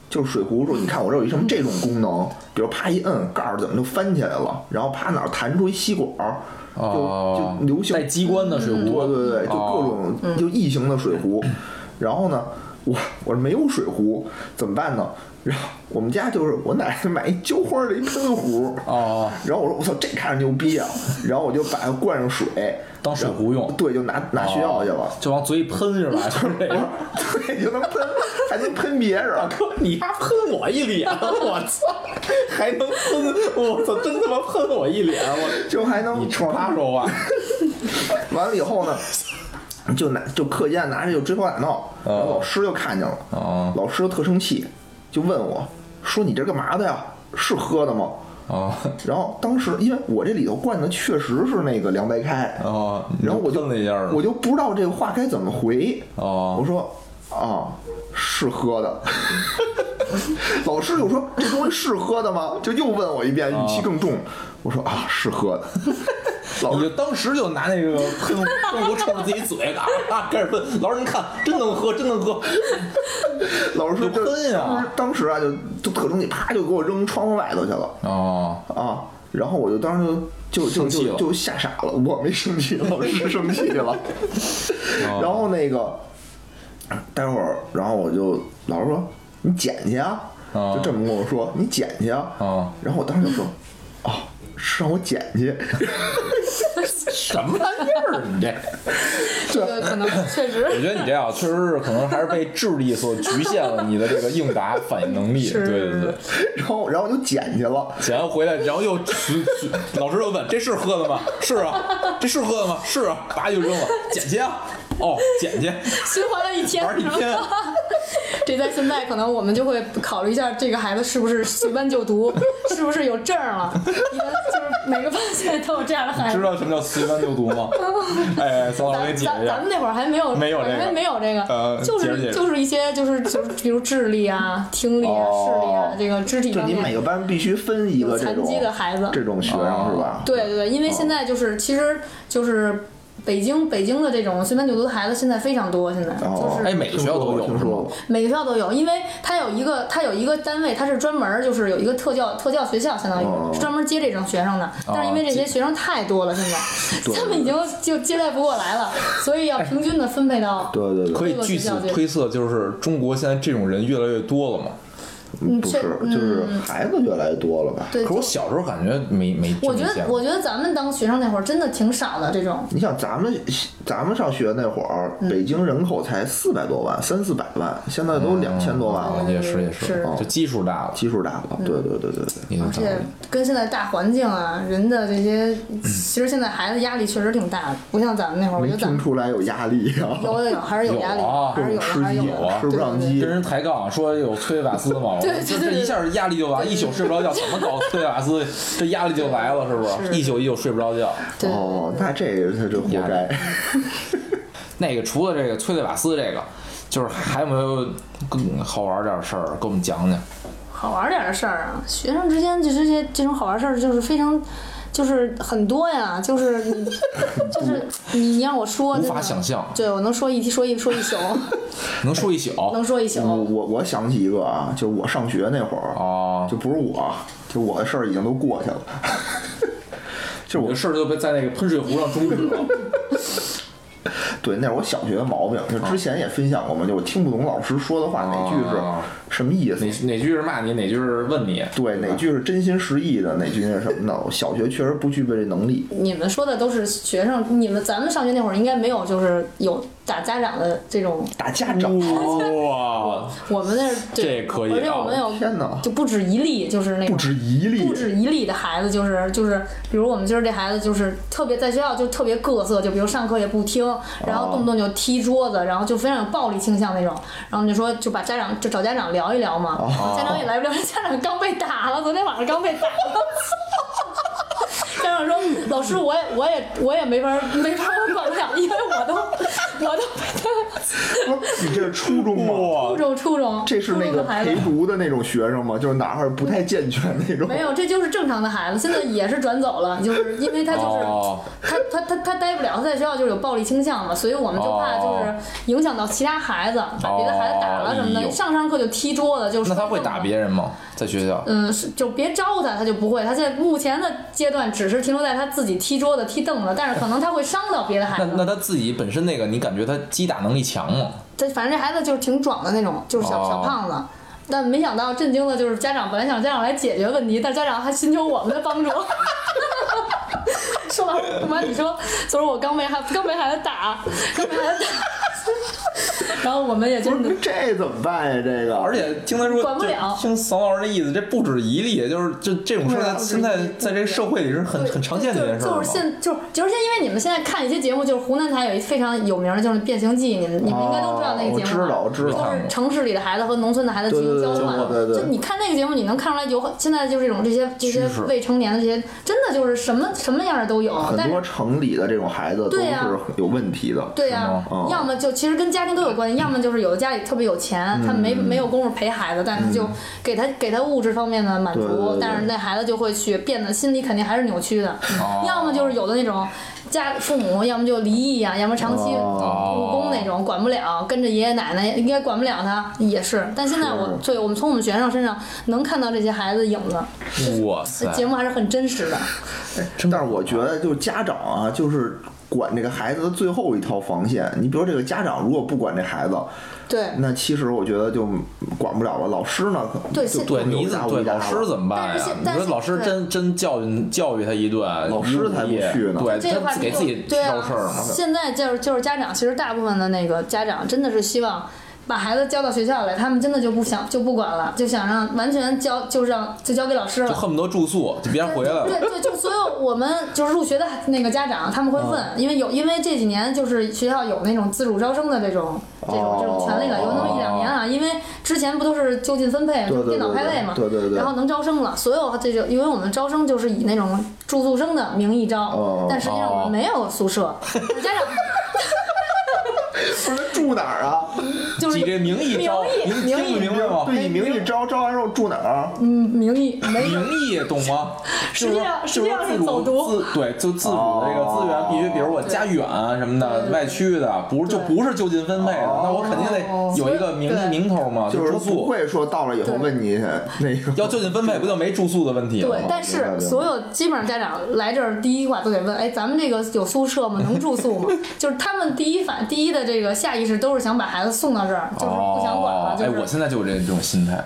就是水壶说，你看我这有一
嗯
什么这种功能，比如啪一摁盖儿怎么就翻起来了，然后啪哪儿弹出一吸管儿，
哦
就就流行
带机关的水
对
壶，
对对，就各种、就异形的水壶。然后呢，我我没有水壶，怎么办呢？然后我们家就是我奶奶买一浇花的一喷壶。
哦，
啊
然后我说我操，这看着牛逼啊！然后我就把它灌上水，
当水壶用，
对，就拿拿学校去了，
就往嘴里喷 是吧？就是这样。
对，就能喷，还能喷别人。
哥，你丫喷我一脸，我操，还能喷，我操，真他妈喷 我一脸，我
就还能
冲他说话，
完了以后呢，就拿就课间拿着就追跑打闹，然后老师就看见了，
哦
老师就特生气，就问我说：“你这干嘛的呀？是喝的吗
哦？”
然后当时因为我这里头灌的确实是那个凉白开，
哦，
然后我就
蹭了一下儿，
我就不知道这个话该怎么回。
哦
我说啊，是喝的。 老师就说这东西是喝的吗？就又问我一遍，
哦
语气更重。我说啊，是喝的。老
你
师
就当时就拿那个 喷喷壶冲着自己嘴，啊啊开始喷。老师您看，真能喝，真能 喝。
老师就
有喷呀
当时啊就就特生气，啪就给我扔窗户外头去了。
哦，
啊，然后我就当时就就就
生气
就
了
就吓傻了，我没生气，老师生气了。
哦
然后那个待会儿，然后我就老师说你捡去啊，就这么跟我说你捡去啊。
哦
然后我当时就说哦，是让我捡去，
什么玩意儿？你这，
这个可能确实
我觉得你这样确实是可能还是被智力所局限了你的这个应答反应能力。
是
对对对，
然后然后我就捡去了。
捡完回来，然后又老师又问：“这是喝的吗？”“是啊。”“这是喝的吗？”“是啊。”叭就扔了，捡去啊！哦，捡去。
循环了一天，
玩一天
是吧 这在现在可能我们就会考虑一下，这个孩子是不是随班 就读，是不是有证儿了？一般就是每个班现在都有这样的孩
知
子。
道什么叫随班就读吗？哎，宋老师给
咱
解释
咱
一
咱
下
们。那会儿还没有，
没有这个
还没有这个，
呃
就
解释解释
是就是一些就是就是比如智力啊、听力啊、
哦
视力啊这个肢体
哦就
方
你
面。
每个班必须分一个
有
这
残
种
疾的孩子哦
这种学生是吧？
对对对，因为现在就是其实就是北京北京的这种随班就读的孩子现在非常多，现在
哦
就
哎，
是
每个学校都有
听
是
说
吗？
过。
每个学校都有，因为它有一个它有一个单位，它是专门儿就是有一个特教特教学校，相当于
哦
是专门接这种学生的。但是因为这些学生太多了，现在他们已经就接待不过来了，所以要平均的分配到。
对对对，
可以据此推测，就是中国现在这种人越来越多了嘛。
嗯
不
确
是，就是孩子越来越多了吧？
对，
可是
就
我小时候感觉没没这
我
么
觉
见
得
过。
我觉得咱们当学生那会儿真的挺少的这种。
你想咱们咱们上学那会儿，
嗯
北京人口才四百多万，三四百万，现在都两千多万了，
嗯
嗯
也是也哦
是
就基数大了，
基数大了。对对对对对，
也就
而
这样
且跟现在大环境啊，人的这些，其实现在孩子压力确实挺大的，不像咱们那会儿，我
没
觉得咱
听
们
出来有压力啊？
有有有还是有压力，
有啊
还是有的，还是有
有
的
啊， 吃不上
对对对
鸡
跟，人抬杠说有催瓦斯嘛，
对对
就
对
这
对
一下压力就完，一宿睡不着觉，怎么搞催瓦斯，这压力就来了，是不是？一宿一宿睡不着觉。
对
哦，那这他就活该。
那个除了这个催泪瓦斯这个，就是还有没有更好玩点儿事儿给我们讲讲？
好玩点的事儿啊，学生之间就这些这种好玩事儿就是非常。就是很多呀，就是你， 就是你，你让我说，
无
真
法
的
想象
对我能说一说一说一 宿，
能说一宿
哎能说一
我
嗯
宿。
我我想起一个啊，就我上学那会儿，
哦，
就不是我，就我的事儿已经都过去了。 就
有
我
的事儿就被在那个喷水壶上终止了。
对，那是我小学的毛病，就
哦
之前也分享过嘛，就我听不懂老师说的话哪句
哦
是什么意思，
哪哪句是骂你，哪句是问你？
对，哪句是真心实意的，哪句那什么的。我小学确实不具备这能力。
你们说的都是学生，你们咱们上学那会儿应该没有，就是有打家长的这种，
打家长，
嗯
哇，
我们那儿对
这可以啊
而且我们有
天哪，
就不止一例，就是那种
不止一例
不。止一例的孩子，就是就是，比如我们今儿这孩子就是特别在学校就特别各色，就比如上课也不听，然后动不动就踢桌子，然后就非常有暴力倾向那种。然后我们就说就把家长就找家长聊一聊嘛，然
哦
后家长也来不了，家长刚被打了，昨天晚上刚被打了。 家长说：“老师，我也我也我也没法没法，我管不了，因为我都我都
不是你这是初中吗？
初中初中
哦这是那
初中
个
的孩子
陪读的那种学生吗？就是哪儿不太健全那种？
没有，这就是正常的孩子，现在也是转 走了，就是因为他就是、
哦
他他他他待不了，他在学校就是有暴力倾向嘛，所以我们就怕就是影响到其他孩子，把别的孩子打了什么
哎
的，
呦
上上课就踢桌子，就是
那他会打别人吗？在学校？
嗯，是就别招他，他就不会。他现在目前的阶段只是停留在他自己踢桌子、踢凳子，但是可能他会伤到别的孩
那
子。
那他自己本身那个，你感觉他击打能力强吗？
这反正这孩子就是挺壮的那种，就是小、
哦
小胖子。但没想到震惊的就是家长，本来想家长来解决问题，但家长还寻求我们的帮助。 说老师，他妈你说，昨儿我刚被孩刚被孩子打，刚被孩子打， 然后我们也
不
真的
是这怎么办呀？这个，
而且听他说，
管不
就
了
听怂老师的意思，这不止一例，就是这这种事儿
对
在
啊
现在在这个社会里是很
对
很常见的一件事儿
就
嘛。
是现就是就是现，因为你们现在看一些节目，就是湖南台有一非常有名的，就是《变形记》，你们你们应该都知道那个节目吧、
哦我知道我知道
就是城市里的孩子和农村的孩子进行交换。
对对对对对对
就你看那个节目，你能看出来有现在就是这种这些这些
趋势
未成年的这些，真的就是什么什么样的都有，但
很
是
多城里的这种孩子都
对啊
是
呀
有问题的。
对呀、
是吗嗯
要么就其实跟家庭都有关系，要么就是有的家里特别有钱，
嗯
他没没有功夫陪孩子，但是就给他给他物质方面的满
对对
足
对，
但是那孩子就会去变得心里肯定还是扭曲的。要么
哦
就是有的那种家父母，要么就离异呀、要么长期
哦
务工那种管不了，跟着爷爷奶奶应该管不了他也是。但现在我对我们从我们学生身上能看到这些孩子影子，
哇塞，
节目还是呃很真实的。
但是我觉得，就是家长啊，就是管这个孩子的最后一条防线。你比如这个家长如果不管这孩子，
对，
那其实我觉得就管不了了。老师呢，可能
对
就
现
对，你怎么对老师
么？
怎么办
但是
呀
现？
你
但
说
是
老师
对
真真教育教育他一顿，老
师才不去呢
对，
这个话
他
题
给
就
自己
对啊
挑事儿嘛。
现在就是就是家长，其实大部分的那个家长真的是希望把孩子交到学校来，他们真的就不想就不管了，就想让完全交就让就交给老师
就
了。
恨不得住宿，就别回来了。
对对，就所有我们就是入学的那个家长，他们会问，
嗯
因为有因为这几年就是学校有那种自主招生的这种
哦
这种这种权利了，有那么一两年啊了。因为之前不都是就近分配，
对对
电脑
对
派
对
位嘛，
对对对
然后能招生了，所有这就因为我们招生就是以那种住宿生的名义招，
哦
但实际上我们没有宿舍， 家长
不是住哪儿啊？
就是
以这名义招，
名
您听不
义名义
明白
哦
吗？
对，你名义招，招完之后住哪儿啊？
嗯名义没有
名义懂 吗？
实
就
际
是
上
说
实
就
际
是说
上是
自
走
主
读哦
自对，就自主的这个资源必须，比如我家远啊什么的，
对
外区的，不是就不是就近分配的，那我肯定得有一个名
哦对
名头嘛，
就是
住
说不
宿。
会说到了以后问你那个
要就近分配，不就没住宿的问题了
对
吗？，
但
明白明
是
白
所有基本上家长来这儿第一话都得问，哎，咱们这个有宿 舍吗？能住宿吗？就是他们第一反第一的这个下意识都是想把孩子送到这儿，就是不想管了，
哦，哎，
就
我
是
现在就有这这种心态。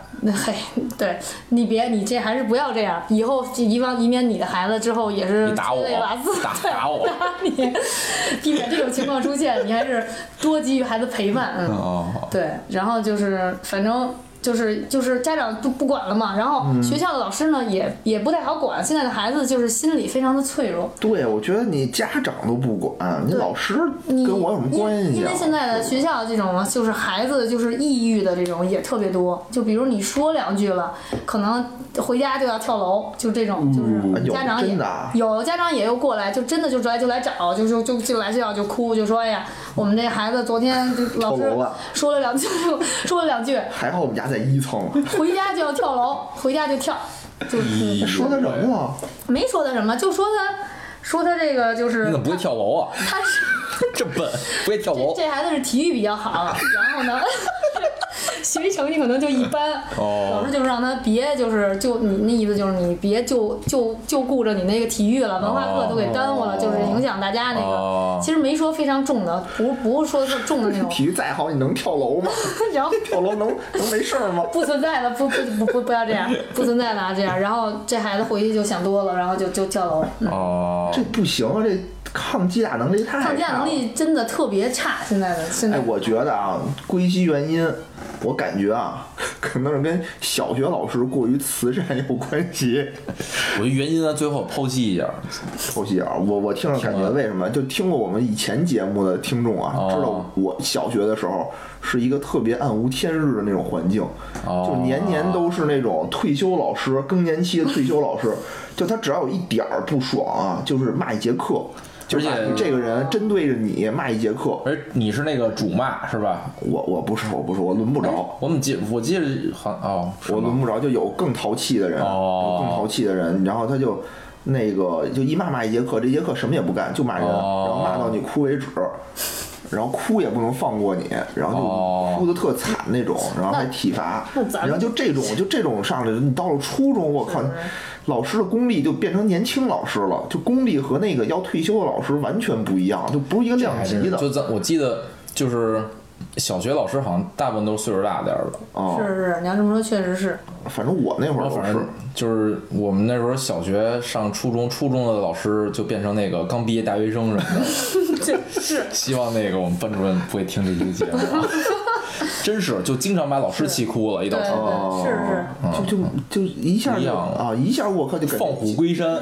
嘿，对你别你这还是不要这样，以后以防以免你的孩子之后也是
你打我
催泪瓦斯，
打
对
打我
打你，避免这种情况出现，你还是多给予孩子陪伴，嗯。
哦，
对，然后就是反正。就是就是家长不不管了嘛，然后
嗯
学校的老师呢也也不太好管，现在的孩子就是心理非常的脆弱。
对，我觉得你家长都不管，你
对
老师
你
跟我有什么关系啊？
因为现在的学校这种就是孩子就是抑郁的这种也特别多，就比如你说两句了，可能回家就要跳楼，就这种就是
有
家长也
真的啊
有家长也又过来，就真的就来就来找，就就就就来学校就哭，就说哎呀，我们这孩子昨天就老师
跳楼了
说了两句， 说了两句，
还好我们家在一层。
回家就要跳楼，回家就跳，
哎
就是
你说啊他什么了？
没说他什么，就说他说他这个就是
你怎么不会跳楼啊？
他是
这么笨，不会跳楼
这孩子是体育比较好，然后呢。 学习成绩可能就一般，老师就是让他别就是就你那意思就是你别就就就顾着你那个体育了，文化课都给耽误了，就是影响大家那
哦
个。其实没说非常重的，不不是说特重的那 种，
体育再好，你能跳楼 吗？
然后
跳楼能能没事儿 吗？
不存在了，不不不不不要这样，不存在了啊这样。然后这孩子回去就想多了，然后就就跳楼。嗯，
哦，
这不行啊，这抗击打能力太
抗击
差
打能
了。
力真的特别差， 现在的现在
哎，。我觉得啊，归基原因，我感 觉啊，可能是跟小学老师过于慈善有关系。
我觉得原因呢，最后剖析一下，
偷袭啊，我我听着感觉为什
嗯
么？就听过我们以前节目的听众啊，
哦
知道我小学的时候是一个特别暗无天日的那种环境，
哦
就年年都是那种退休老师，更年期的退休老师， 就他只要有一点儿不爽啊，就是骂一节课。就是
而且
骂你这个人针对着你骂一节课，
而你是那个主骂是吧？
我我不是我不是我轮不着，
我怎么记？我记得好像哦，是
我
吗
轮不着，就有更淘气的人，
哦
有更淘气的人，然后他就那个就一骂骂一节课，这节课什么也不干，就骂人，
哦
然后骂到你哭为止，然后哭也不能放过你，然后
哦
就哭的特惨那种，然后还体罚，
那咱
然
们
后就这种就这种上来，你到了初中，我靠，老师的功力就变成年轻老师了，就功力和那个要退休的老师完全不一样，就不是一个量级的
就咱我记得就是小学老师好像大部分都是岁数大点儿的，
啊
是。是，你要这么说确实是。
哦反正我那会儿
然后
都
反
是
正。就是我们那时候小学上初中，初中的老师就变成那个刚毕业大学生什么的，
对， 是
希望那个我们班主任不会听这期节目啊， 真是就经常把老师气哭了，一到
对
头
哦
对是是，
就就就嗯一下
不一
就
样
啊，一下我靠就感
放虎归山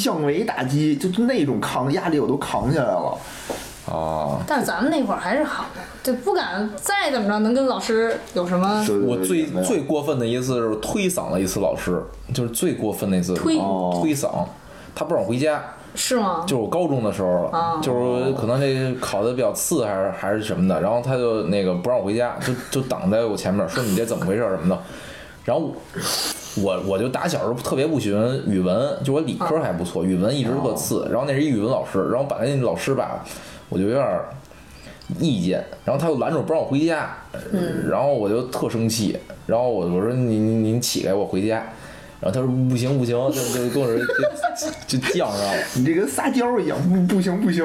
降维打击，就那种扛压力我都扛下来了。
啊。
但是咱们那会儿还是好的，就不敢再怎么着能跟老师有什么
对对
我
对
最
也没有
最过分的一次是推搡了一次老师，就是最过分的一次
推
哦
推搡，他不让我回家，
是吗？
就是我高中的时候
哦
了，就是可能这考的比较次，还是还是什么的，然后他就那个不让我回家，就就挡在我前面，说你这怎么回事儿什么的，然后我我就打小时候特别不喜欢语文，就我理科还不错，语文一直特次，然后那是一语文老师，然后把那老师吧，我就有点儿意见，然后他又拦着我不让我回家，然后我就特生气，然后我我说您您您起来我回家。然后他说不行不行，就就跟我说就就就犟上了。
你这跟撒娇一样，不不行不行，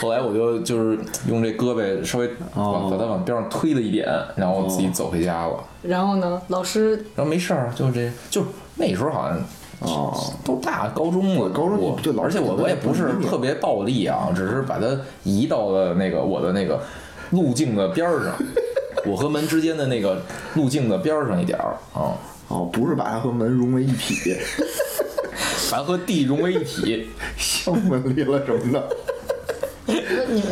后来我就就是用这胳膊稍微
哦
往把它往边上推了一点，然后我自己走回家了。
然后呢，老师
然后没事儿，就是这，就那时候好像
哦，
都大高中了，
高中
我
就老
而且我我也不是特别暴力啊，只是把它移到了那个我的那个路径的边儿上，我和门之间的那个路径的边儿上一点儿啊，
哦，不是把它和门融为一体，
凡和地融为一体。
相分离了什么的。
你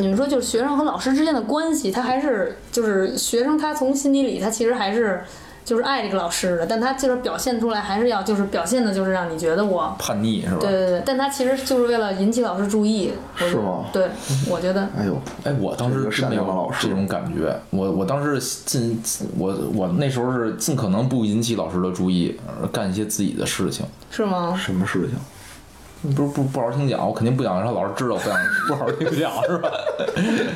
你们说就是学生和老师之间的关系，他还是就是学生，他从心底里他其实还是就是爱这个老师的，但他就是表现出来还是要就是表现的就是让你觉得我。
哦
叛逆是吧？
对对对，但他其实就是为了引起老师注意，我
是吗
对，我觉得
哎呦，
哎，我当时
这
真没
个善良的老
有
师
这种感觉，我我当时尽我我那时候是尽可能不引起老师的注意，而干一些自己的事情。
是吗？
什么事情？
不是不不好好听讲，我肯定不想让老师知道，不想 不好好听讲是吧？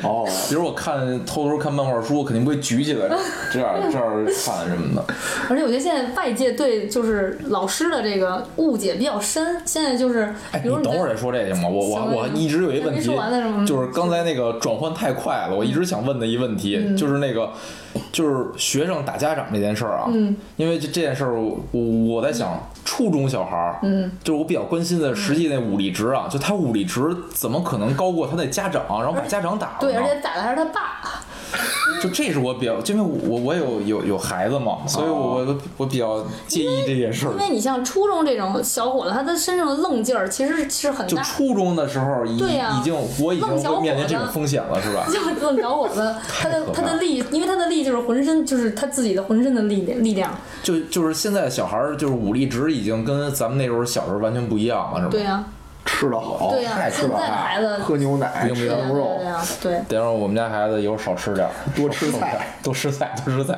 哦，
比如我看偷偷看漫画书，我肯定不会举起来这样这样看什么的。
而且我觉得现在外界对就是老师的这个误解比较深，现在就是
哎，
比
你
如
等
在
会儿再说这行吗？我我
行
我一直有一问
还没
题
说完呢嗯是吗，
就是刚才那个转换太快了，我一
嗯
直想问的一问题，就是那个就是学生打家长这件事儿啊，
嗯
因为这这件事儿，我我我在想初中小孩儿，嗯，就是我比较关心
嗯
的实际那武力值啊，就他武力值怎么可能高过他的家长，然后把家长打了呢？
对，而且打的还是他
嗯
爸，
就这是我比较，因为我我有有有孩子嘛，所以我我我比较介意这件事儿
哦因。为你像初中这种小伙子，他的身上的愣劲儿其实是很
就
大的。
初中的时候已
对呀
已经我已经
愣小
会面临
伙
这种
子
风险了，是吧？
就是这么着我 的，他的他的力，因为他的力就是浑身，就是他自己的浑身的力量力量。
就就是现在小孩儿就是武力值已经跟咱们那时候小时候完全不一样了，是吧？
对啊呀、
吃的好，
对呀、
太吃
现
的
在的
好，
孩子，
喝牛奶，
不
吃
行
对呀、啊
牛肉
对，呀、对呀、
得让我们家孩子以后少吃点儿，
多吃
少
菜
点儿， 多吃菜，多吃菜。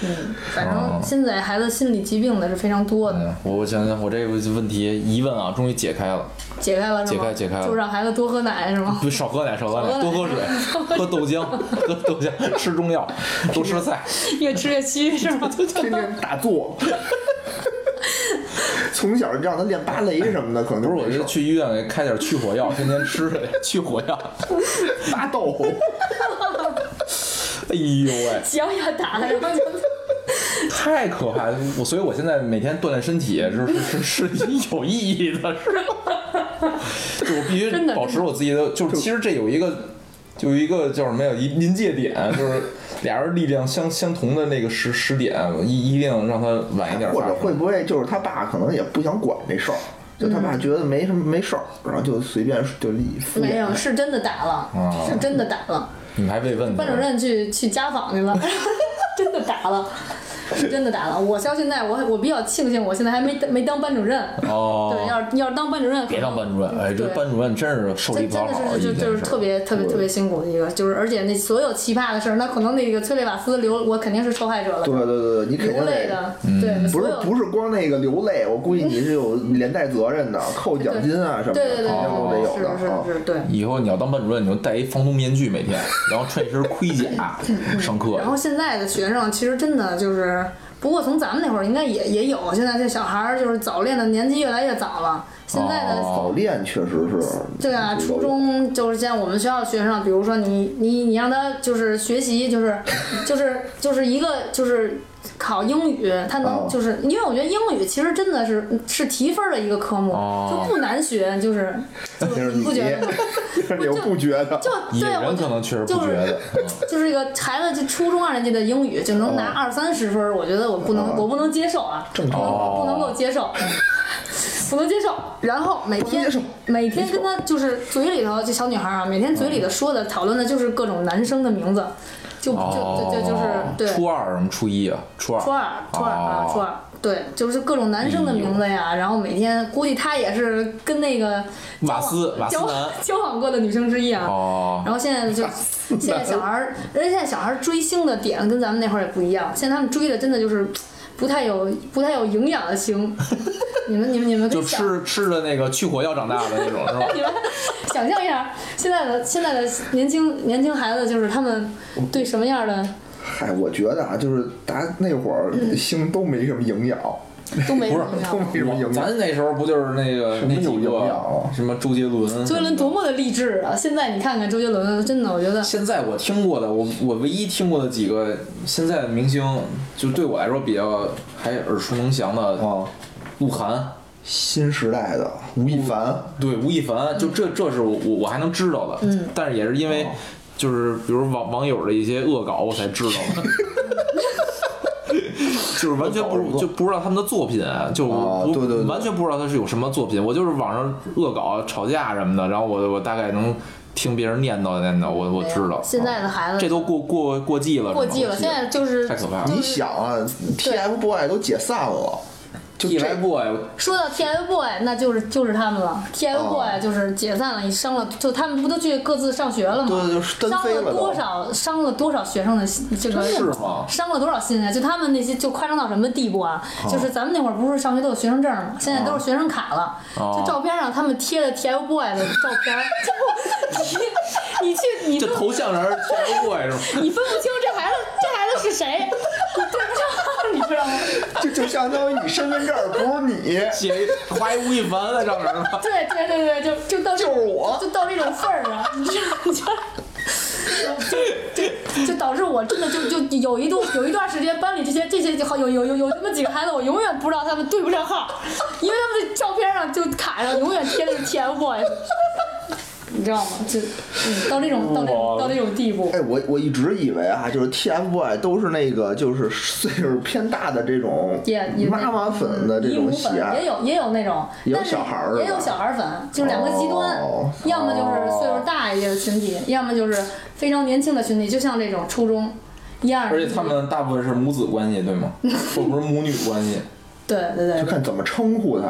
对，反正现在孩子心理疾病的是非常多的，
嗯，我我想想，我这个问题疑问啊，终于解开了。
解开了是吗？
解开解开了
就让孩子多喝奶是 吗？
不少喝奶，少喝奶，
少
多
喝
喝水，喝豆浆，喝豆浆，吃中药，多吃菜。
越吃越虚是 吗？
天天打坐。 从小让他练芭蕾什么的，可能
不，
就是
我
没
就
事
去医院给开点去火药，天天吃这去火药。
拔豆。
哎呦喂，
只要要打了，然后就
太可怕了！我所以，我现在每天锻炼身体是是 是是有意义的，是吧？就我必须
真的
保持我自己的，就是其实这有一个，就有一个叫什么呀？一临界点，就是俩人力量相相同的那个时时点，一一定让它晚一点
或
发
者会
生。
不会就是他爸可能也不想管这事儿，就他爸觉得没什么没事儿，然后就随便就敷
嗯没
衍
有，是真的打了，
啊
是真的打了。
你们还被问呢
班主任去去家访去了， 真的打了，真的打了。我到现在我我比较庆幸，我现在还没没当班主任。
哦，
对，要是要是当班主任，
别当班主任，哎，这
对
班主任真是受力
真
不
真
讨好，
的是就
一
就
件
是
事
特别特别特别辛苦的一个，就是而且那所有奇葩的事儿，那可能那个崔贝瓦斯流，我肯定是受害者了，
对对对对，你肯定
流泪
得。
的，
嗯
对，
不
所
是
有
不是光那个流泪，我估计你是 有连带责任的，扣奖金啊什么的，
对
肯
对对
定
哦
都得
对，
有的
是
啊。
是是，对。
以后你要当班主任，你就戴一防毒面具每 天，然后穿一身盔甲上课
然。后现在的学生其实真的就是，不过从咱们那会儿应该也也有，现在这小孩儿就是早恋的年纪越来越早了，现在的
哦
早恋确实是，
对啊，
这个
初中就是像我们学校学生，比如说你你你让他就是学习，就是就是就是一个就是考英语，他
哦
能就是、因为我觉得英语其实真的是是提分的一个科目，
哦
就不难学，就是
就是
你不觉得吗？
我不觉得，
就
野
对我
人可能确实不觉得，嗯
就是一个孩子，就初中二年级的英语就能拿二三十分儿，我觉得我不能，我不能接受啊，正
哦常哦
不能够接受， 不能接受。然后每
不能
天
接受
每天跟他就是嘴里头，这小女孩啊，每天嘴里头说的讨论的就是各种男生的名字，就就就就就是
哦
对
初二什么初一啊，初二
初二初二啊
哦哎
初二。对，就是各种男生的名字呀，然后每天估计他也是跟那个交
瓦
往
斯瓦斯
交
男
交往过的女生之一啊。
哦，
然后 现在就现在小孩儿，而且现在小孩儿追星的点跟咱们那会儿也不一样，现在他们追的真的就是不太有不太有营养 的星。你们你们你们可
就
以想
吃吃了那个去火药长大的那种是吧？
你们想象一下，现在的现在的年轻年轻孩子就是他们对什么样的
嗨，我觉得啊，就是大家那会儿星都没什么营养，
都嗯没有
不
营
是
都
养。
没什么营养。
咱那时候不就是那个
什么
那
有
几
营养
个
啊
什么周杰伦？
周杰伦多么的励志啊！现在你看看周杰伦，真的我觉得
现在我听过的，我我唯一听过的几个现在的明星，就对我来说比较还耳熟能详的，
啊，
鹿晗，
新时代的吴亦凡，
对吴亦凡，就
嗯
这这是我我我还能知道的，但是也是因
哦
为就是比如网网友的一些恶搞，我才知道的。 就是 完全不就不知道他们的作品，就我
啊
不
对对对
完全不知道他是有什么作品。我就是网上恶搞、啊吵架什么的，然后我我大概能听别人念叨念叨，我我知道。啊
现在的孩子
这都过过过季了，
过季了，
是
现
吗
在就是
太可怕了
就
你
是
想啊，TFBOY 都解散了，就这
TFBOY
说到 TFBOY，那就是就是他们了。TFBOY
哦
就是解散了，伤了，就他们不都去各自上学了吗？
对就是单
伤
飞
了
了都
多少，伤了多少学生的心这个
是吗
伤了多少心啊！就他们那些就夸张到什么地步啊？
哦
就是咱们那会儿不是上学都有学生证吗？现在都是学生卡了，
哦
就照片上他们贴的 TFBOY 的照片儿，就 你你去你
这
分
头像人 TFBOY 是吗？
你分不清这孩子这孩子是谁， 你对不上，你知道吗？
就就相当于你身份证儿不是你，
写画一吴亦凡在上面是吧？
对对对对，就就到这
就是我
就到这种份儿啊，你知道你知道。 就就就导致我真的就就有一度有一段时间班里这些这些好有有有有这么几个孩子，我永远不知道他们对不上号，因为他们的照片上就卡上永远贴的是 TFBOYS，你知道吗？就嗯到这种到这种到这种地步，
哎，我我一直以为啊，就是 TFBOY 都是那个就是岁数偏大的这种
也也
妈妈粉的这
义母
种喜
粉也
爱。
有也有那种，
也有
但是
小孩儿是
也有
吧
小孩儿粉，就是两个极端
哦，
要么就是岁数大一些的群体，要么就是非常年轻的群体，就像这种初中一二
而
年
且
级，
他们大部分是母子关系，对 吗？或者不是母女关系？
对对
就
对，
看怎么称呼他，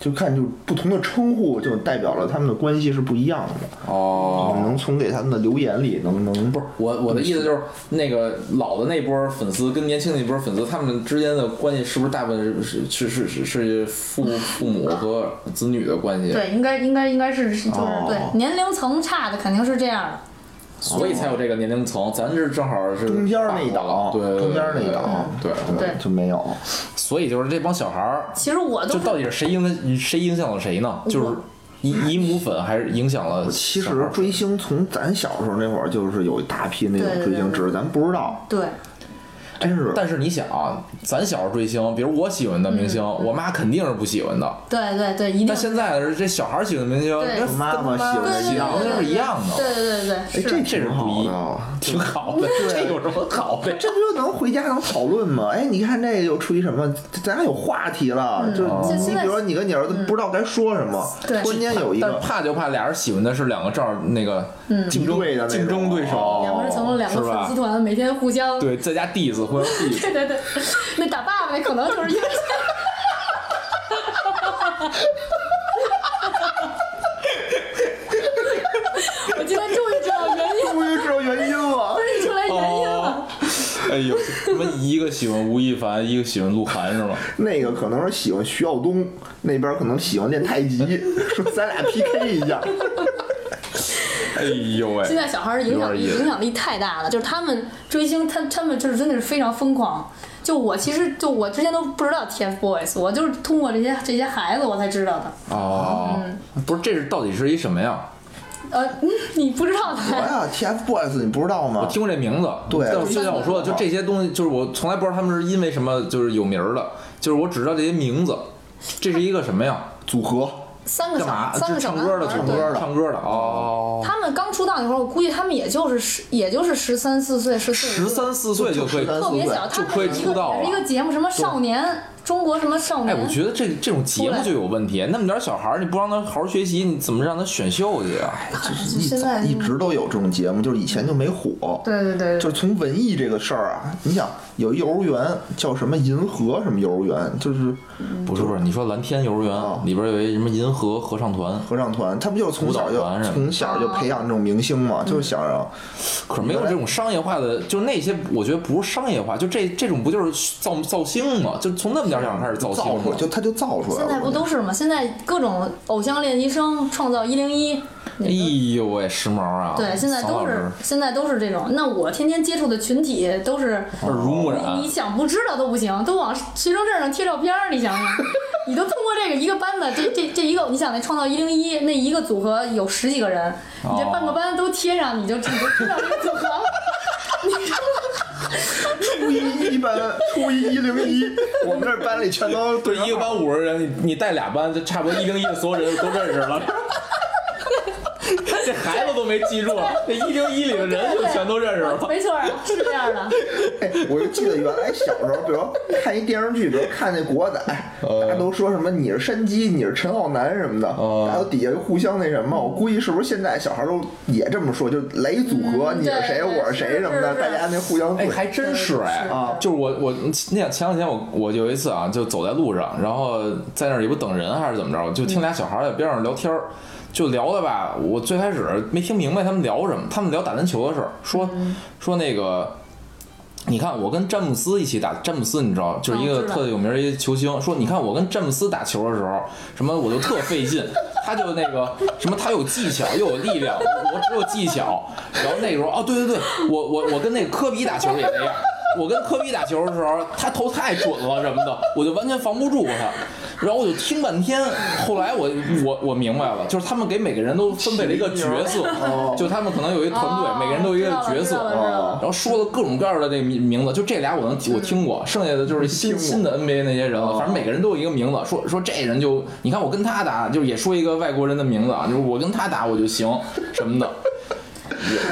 就看就不同的称呼就代表了他们的关系是不一样的。
哦，
能从给他们的留言里能能不是
我我的意思就是，那个老的那波粉丝跟年轻那波粉丝，他们之间的关系是不是大部分是是是是是父父母和子女的关系？，
对应该应该应该是是就是
哦
对年龄层差的肯定是这样的。
所以才有这个年龄层。咱这正好是
中间那一档，
哦对，对
中间那一档，
对，
对
就没有。
所以就是这帮小孩儿，
其实我都
就是到底是谁影响谁影响了谁呢？就是姨姨母粉还是影响了
其
小孩
实
儿？
追星从咱小时候那会儿就是有一大批那
对
种
对
追星，
对
只是咱不知道，
对
真是。
哎但是你想啊，咱小时候追星，比如我喜欢的明星，我妈肯定是不喜欢的。
对对对，一定
但现在是这小孩儿喜欢的明星，
对
跟
妈妈
跟他
喜欢
对
的一样
肯定
对对
是一样的。
对对对
哎，
对，
这
是
挺好的，
挺好的，这有什么好的？
这不就能回家能讨论吗？哎，你看这又出一什么，咱俩有话题了。就
嗯现
你
现在嗯
比如说你跟你儿子不知道该说什么，
对
突然间有一
但
个嗯
怕就怕俩人喜欢的是两个正好那个竞争
敌对的那种啊
竞争对手，
两个人从两个
是
粉丝
吧？
团每天互相
对，在家 diss 互 相 diss，
对对对， 那打爸爸那可能就是因为 这。我今天终于知道原 因，
终于知道原因了。
分析出来原因了。
哦，哎呦，什么一个喜欢吴亦凡，一个喜欢鹿晗是吗？
那个可能是喜欢徐耀东，那边可能喜欢练太极，说咱俩 PK 一 下。
哎呦喂，
现在小孩儿的影响力
有点意思
影响力太大了，就是他们追星，他他们就是真的是非常疯狂。就我其实就我之前都不知道 TFBOYS，我就是通过这些这些孩子我才知道的。
啊
嗯
哦，不是，这是到底是一什么呀？
呃，嗯你不知道
什么
他，
哎呀？TFBOYS 你不知道
我
吗？
听过这名字，
啊对
但是就像我说，的，就这些东西，就是我从来不知道他们是因为什么就是有名儿的，就是我只知道这些名字。这是一个什么呀？
组合
三个
干
小
嘛？
三
是
个小
唱
男
歌的，
孩
唱
儿
歌
对
的，唱歌的哦。
他们刚出道那会儿，我估计他们也就是十，也就是十三四岁、十四
十，三四岁就可以
就，
特别
14岁
小。他们
就可以
有一
出
个
道
也是一
了
个节目，什么少年中国什么少
哎，
年，
我觉得这这种节目就有问题。那么点儿小孩儿，你不让他好好学习，你怎么让他选秀去啊？
就现在
一直都有这种节目，就是以前就没火。
对对对
就是
对，
从文艺这个事儿啊，你想有幼儿园叫什么银河什么幼儿园，就是
不是不是，你说蓝天幼儿
哦
园里边有一什么银河合唱团，
合唱团，他不就是从小就
舞蹈团是吧
从小就培养这种明星嘛，就是想让
可是没有这种商业化的，就是那些我觉得不是商业化，就这这种不就是造造星吗？就从那么点儿小孩嗯开始造星
造出来，
吗？
就他就造出来了。
现在不都是吗？现在各种偶像练习生创造一零一，
哎呦喂，时髦啊！
对，现在
曹
都
老
是
师
现在都是这种。那我天天接触的群体都是
耳濡目
你
染
哦你。想不知道都不行，都往学生证上贴照片儿，你想想，你都通过这个一个班的这这这一个，你想那创造一零一那一个组合有十几个人，你这半个班都贴上，你就你就知道这个组合。
初一一班，初一一零一，我们这班里全 都
对，一个班五十人，你你带俩班，就差不多一零一的所有人都认识了。 这孩子都没记住，那一零一里的人就全都认识了。
没错儿，是这样的。
哎， 我就记得原来小时候，比如看一电视剧，比如看那国仔，大家都说什么你是山鸡，你是陈浩南什么的，
哦
大家都底下就互相那什么。我估计是不是现在小孩都也这么说，就来一组合，
嗯
你是谁，
对
我
是
谁什么的，
是是
大家那互相
哎，
怼。
还真是哎
是
啊
就是我我那两前两天我我有一次啊，就走在路上，然后在那儿也不等人啊还是怎么着，就
嗯
听俩小孩在边上聊天儿，就聊的吧，我最开始没听明白他们聊什么，他们聊打篮球的事儿，说
嗯
说那个。你看，我跟詹姆斯一起打，詹姆斯你知道，就是一
哦
个
知道
特有名儿一球星。说你看我跟詹姆斯打球的时候，什么我就特费 劲，他就那个什么他有技巧又有力量，我我只有技巧。然后那时候哦，对对对，我我我跟那个科比打球也那样，我跟科比打球的时候，他投太准了什么的，我就完全防不住他。然后我就听半天，后来我我我明白了，就是他们给每个人都分配了一个角色，就他们可能有一团队，每个人都有一个
哦
角
知
色
道。了知道了知道了
然后说了各种各样的那名名字，就这俩我能我听过，哦剩下的就是新新的 NBA 那些人了。反正每个人都有一个名字，说说这人就你看我跟他打，就是也说一个外国人的名字啊，就是我跟他打我就行什么的。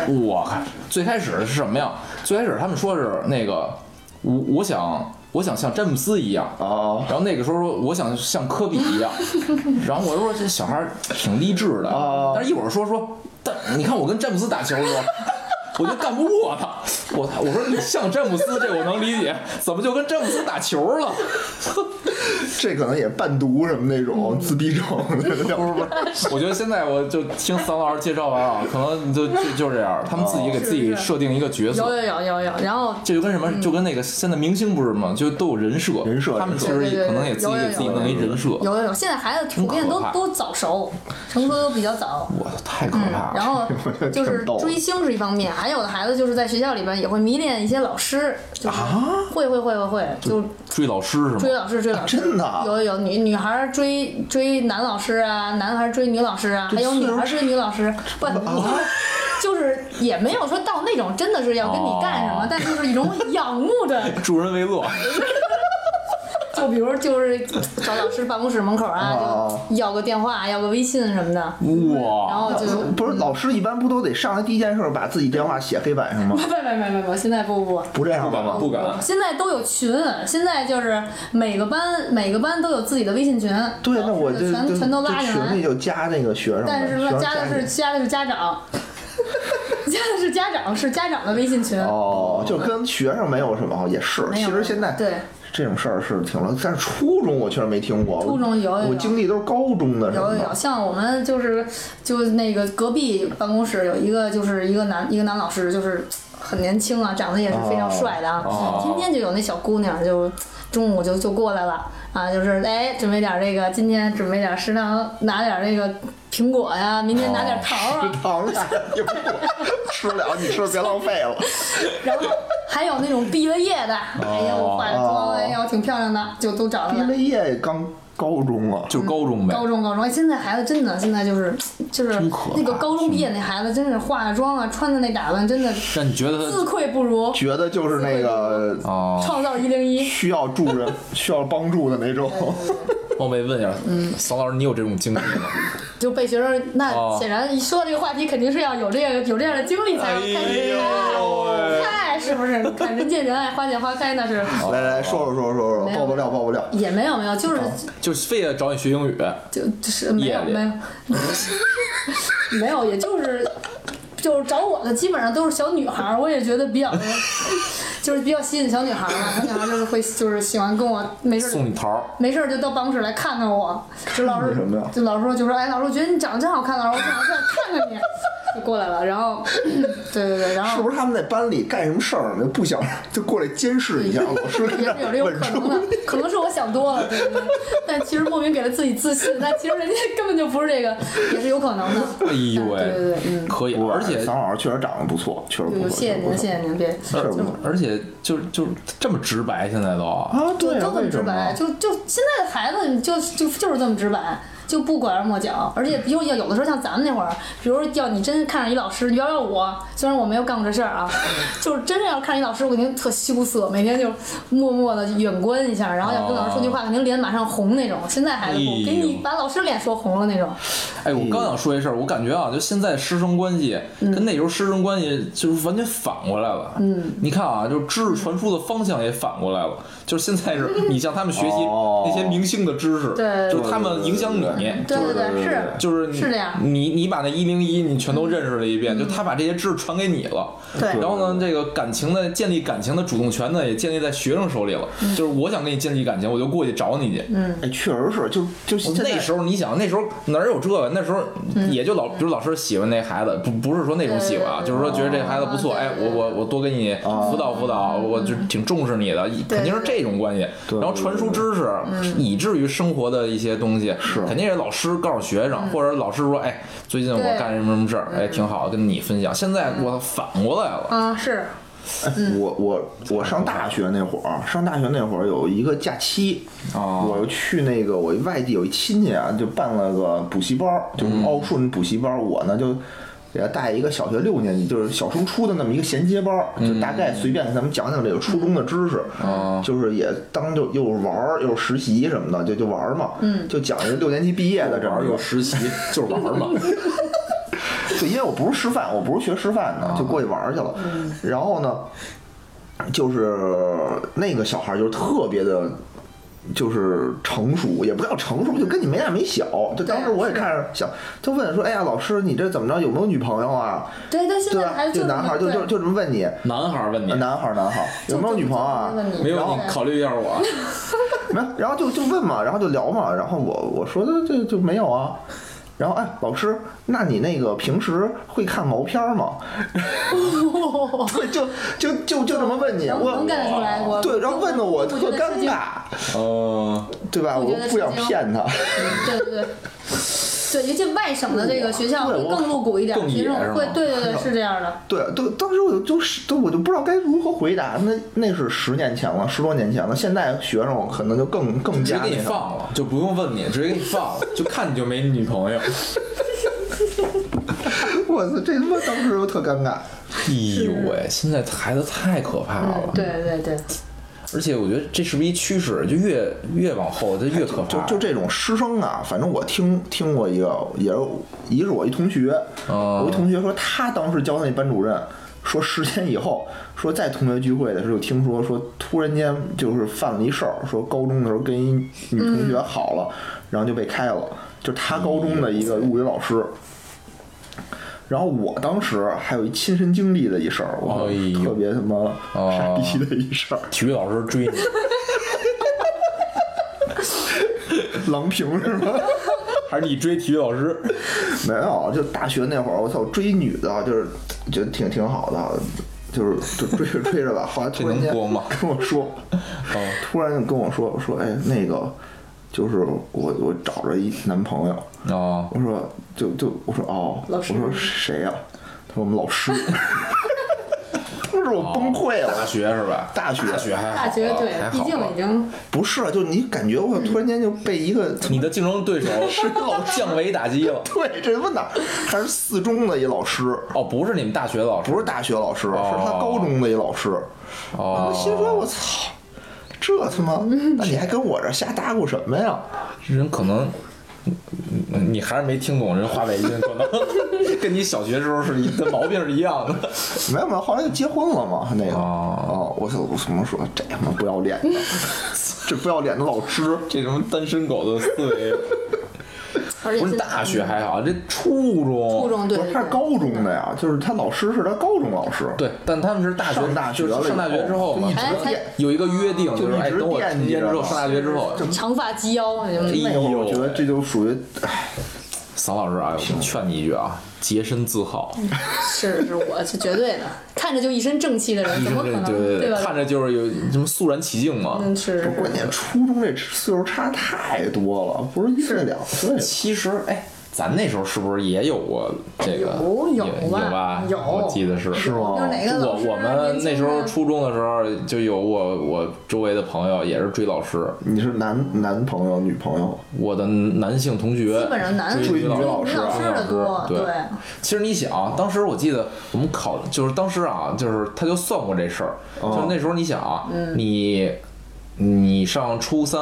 我靠！最开始是什么呀？最开始他们说是那个我我想我想像詹姆斯一样。
哦
然后那个时候说我想像科比 一样，然后我说这小孩儿挺励志的，
哦
但是一会儿说说，但你看我跟詹姆斯打球的 时候，我就干不过他，我我说你像詹姆斯这我能理解，怎么就跟詹姆斯打球 了？
这可能也伴读什么那
嗯
种自闭症， 不是不是，
我觉得现在我就听桑老师介绍完啊，可能就就就这样，他们自己给自己
哦是是嗯
设定一个角
有
色。
有有有有，然后
这就跟什么，就跟那个现在明星不是吗？就都有人设，
人设
他们其
人
实
设对对对
可能也自己
有有
给自己
有
弄一人设。
有有有，现在孩子普遍
挺可
都
怕
都早熟，成熟都比较早。
我太可怕了
然。后
挺
就是
逗的
追星是一方面，还有的孩子就是在学校里边也会迷恋一些老师，就是会会会会会，就
追老师是吗
追？老师追老师，
真的啊
有有女女孩儿追追男老师啊，男孩儿追女老师啊，还有女孩儿追女 老师，不，
啊
你就是也没有说到那种真的是要跟你干什么，
哦
但就是一种仰慕的，
助人为乐。
就比如就是找老师办公室门口啊
哦，
就要个电话，啊要个微信什么的，然
哇，
后就。
不是老师一般不都得上来第一件事儿把自己电话写黑板上吗？
不不不不不，现在不不不，
不这样的吗？
不敢，
现在都有群，现在就是每个班每个班都有自己的微信群，
对，那我就
全
就
全都拉
就
进
群里
来。
就加那个学生们，
但是
学生
加的
进去
是加的 是家长，加的是家长，是家长的微信群。
哦，就跟学生没有什么，也是。
没
其
有
实现在
对
这种事儿是挺了，但是初中我确实没听过。
初中有有有
哦我经历都是高中的什
有
么
有有，
的。
像我们就是就那个隔壁办公室有一个就是一个男一个男老师，就是很年轻啊，长得也是非常帅的啊，
哦
天天就有那小姑娘就中午就就过来了啊，就是哎准备点这个，今天准备点食堂拿点那个苹果呀，明天拿点桃啊，
糖呀，也不多吃不了，你吃别浪费 了。
然后还有那种毕了业的，哎呀我化了妆，哎呀我挺漂亮的，就都找
毕
来
了
了。
业刚高中啊，
就是高中呗。
高中高中，哎，现在孩子真的现在就是就是
真可怕
那个高中毕业那孩子，真是化了妆啊，穿的那打扮，真的
但你觉得他
自愧不如
觉得就是那个
啊
哦，
创造一零一。
需要助人、需要帮助的那种。
冒昧问一下，
嗯
桑老师，你有这种经历吗？
就被学生，那
哦
显然一说到这个话题，肯定是要有这个有这样的经历才要开始
哎呦
看，看是不是？你看人见人爱，花见花开，那是
来来，说说说说说，
没有
爆爆料，爆爆料。
也没有没有，就是
就是非得找你学英语，
就就是没有
夜里
没有没有，也就是就是找我的基本上都是小女孩儿，我也觉得 比较就是比较吸引小女孩儿嘛，小女孩儿就是会就是喜欢跟我没事儿就
送你桃儿。
没事儿就到办公室来看看我，就老师
什么呀
就老师就说，哎，老师我觉得你长得真好看，老师我想想看看你，就过来了，然后对对对，然
是
后
不是他们在班里干什么事儿，不想就过来监视 一下老师跟
也
那
是有这
儿
种
稳
可
住？
能的，可能是我想多了，对对对，但其实莫名给了自己自信，但其实人家根本就不是这个，也是有可能的。
哎呦喂，
对对对，嗯，
可以，而且
桑老师确实长得不错，确实不错。
就谢谢
确实不错
您，谢谢您，别
是啊不错
而且就是就是这么直白，现在都
啊，对
就
啊，
都很
为什
直
么
白，就就现在的孩子就就就是这么直白。就不拐弯抹角，而且比如要有的时候像咱们那会儿，比如说要你真看上一老师，你要要我，虽然我没有干过这事儿啊， 就是真正要看上一老师，我肯定特羞涩，每天就默默的远观一下，然后要跟老师说句
哦
话，肯定脸马上红那种。现在孩子不，
哎呦
给你把老师脸说红了那种。
哎，我刚想说一事儿，我感觉啊，就现在师生关系
嗯
跟那时候师生关系就是完全反过来了。嗯，你看啊，就是知识传输的方向也反过来了，就是现 在是你向他们学习
哦
那些明星的知识，
对
就是他们影响你，
哎
对对对，是
就是你
是这样嗯
你你把那一零一你全都认识了一遍，就他把这些知识传给你了。
对
然后呢，这个感情呢，建立感情的主动权呢，也建立在学生手里了。
嗯
就是我想跟你建立感情，我就过去找你去。嗯，
哎，确实是，嗯就就现在
那时候你想，那时候哪有这个？那时候也就老，比如老师喜欢那孩子，不不是说那种喜欢啊，
对
就是说觉得这孩子不
嗯
错，
哦
哎，
对
我我我多给你辅导辅导，我就挺重视你的，肯定是这种关系。
啊对
然后传输知识，以至于生活的一些东西，肯定是老师告诉学
嗯
生，或者老师说，哎，最近我
对
干什么什么事儿，哎，挺好，跟你分享。现在
嗯
我反过来了，
啊，是嗯
我我我上大学那会儿，上大学那会儿有一个假期，
哦
我又去那个我外地有一亲戚啊，就办了个补习班儿，就是奥顺补习班儿，我呢就。给他带一个小学六年级，就是小升初的那么一个衔接班儿，就大概随便给他们讲讲这个初中的知识，就是也当就又是玩儿又是实习什么的，就就玩儿嘛，
嗯
就讲一个六年级毕业的这
玩
么
儿
一个
有实习，就是玩 儿嘛。
对，因为我不是师范，我不是学师范的，就过去玩儿去了。然后呢，就是那个小孩儿就是特别的，就是成熟，也不叫成熟，就跟你没大没小。就当时我也看着想，就问说：“哎呀，老师，你这怎么着？有没有女朋友啊
对，但？”现
对
在
吧
孩？
就
子就是
男孩儿就 就就这么问你，
男孩儿问你
呃，男孩儿男孩儿有没有女朋友啊？
嗯没有你考虑一下 我。啊
没有，然后就就问嘛，然后就聊嘛，然后我我说的这就没有啊。然后哎，老师，那你那个平时会看毛片儿吗？ 对，就就就就这么问你，
能能
我
干得出来，我
对，然后问的我特尴。尬，
嗯，
对吧？
我
我
觉
又
得
不
吃
想
惊
骗他，
对对对。对，尤其外省的这个学校会更露骨一点，
更野
学生
是吗
会，对对对，是这样的。
对，对，当时我就就是都我就不知道该如何回答。那那是十年前了，十多年前了，现在学生可能就更更
直接
加
给你
那啥。
放了，就不用问你，直接给你放了，就看你就没女朋 友。哎
我操，这他妈当时就特尴尬。
哎呦喂，现在孩子太可怕了，
对对对，
而且我觉得这是不是一趋势？就越越往后，就越可
哎
就
怕。
就这种师生啊，反正我听听过一个，也是一是我一同学，
哦
我一同学说他当时教他那班主任，说十年以后，说在同学聚会的时候听说说突然间就是犯了一事儿，说高中的时候跟一女同学好了，然后就被开了，就他高中的一个物理老师。然后我当时还有一亲身经历的一事儿，我
哎呦哦
特别他妈傻逼的一事儿，
体育老师追你，
郎平是吗？
还是你追体育老师？
没有，就大学那会儿，我操，追女的，就是觉得挺挺好的，就是就追着追着 吧，后来突然间
这能播吗哦
跟我 说，突然就跟我说说，哎，那个就是我我找着一男朋友，
哦，
我说就就我说哦，
老
我
师
说谁呀、他说我们老师，是我崩溃
大
了。
学是吧？
大学
大学还好
大学对
哦还，好
毕竟已经
不是，就你感觉我突然间就被一个
你的竞争对手是老降维打击了。
对这问哪还是四中的一老师，
哦，不是你们大学老师，
不是大学老师，是他高中的一老师。
哦
我心说，我操，这他妈，那你还跟我这瞎搭咕什么呀？
人可能嗯嗯你还是没听懂人话外音，可 能跟你小学时候是一的毛病是一样的。
没有没有，后来就结婚了嘛，那个
哦
哦，我我怎么说这他妈不要脸的， 这不要脸的老师，
这什么单身狗的思维，
而且
不是
现在
大学还好，这初中
初中嗯对
不是他是高中的呀，就是他老师是他高中老师，
对，但他们是大学
上大学
就
了以
是
后
上大学之后嘛
就一，直
哎才
练
有一个约定，
就
就是
一
哎，
直
等我
惦
成
记
年之
着
后，
呢
上大学之后，
嗯长发及腰，你
哎
们
那会儿我
呦
觉得这就属于，哎
桑老师啊，我劝你一句啊，洁身自好，
嗯是是我是绝对的，看着就一身正气的人，怎么可能
对对
吧？
看着就是有什么肃然起敬嘛。
嗯是
不是关键初中这岁数差太多了，不是一岁两岁。
其实哎，咱那时候是不是也有过这个？
有有
有
吧
吧？
有
我记得是
是吗
就是哪个
我
老师
哦我们那时候初中的时候就有我我周围的朋友也是追老师，
你是男男朋友、女朋友？
我的男性同学
基本上男
追
追
女
女
老
老
女
师啊
老师的多，
对
对，
其实你想，啊当时我记得我们考，就是当时啊，就是他就算过这事儿，就是那时候你想啊，你你上初三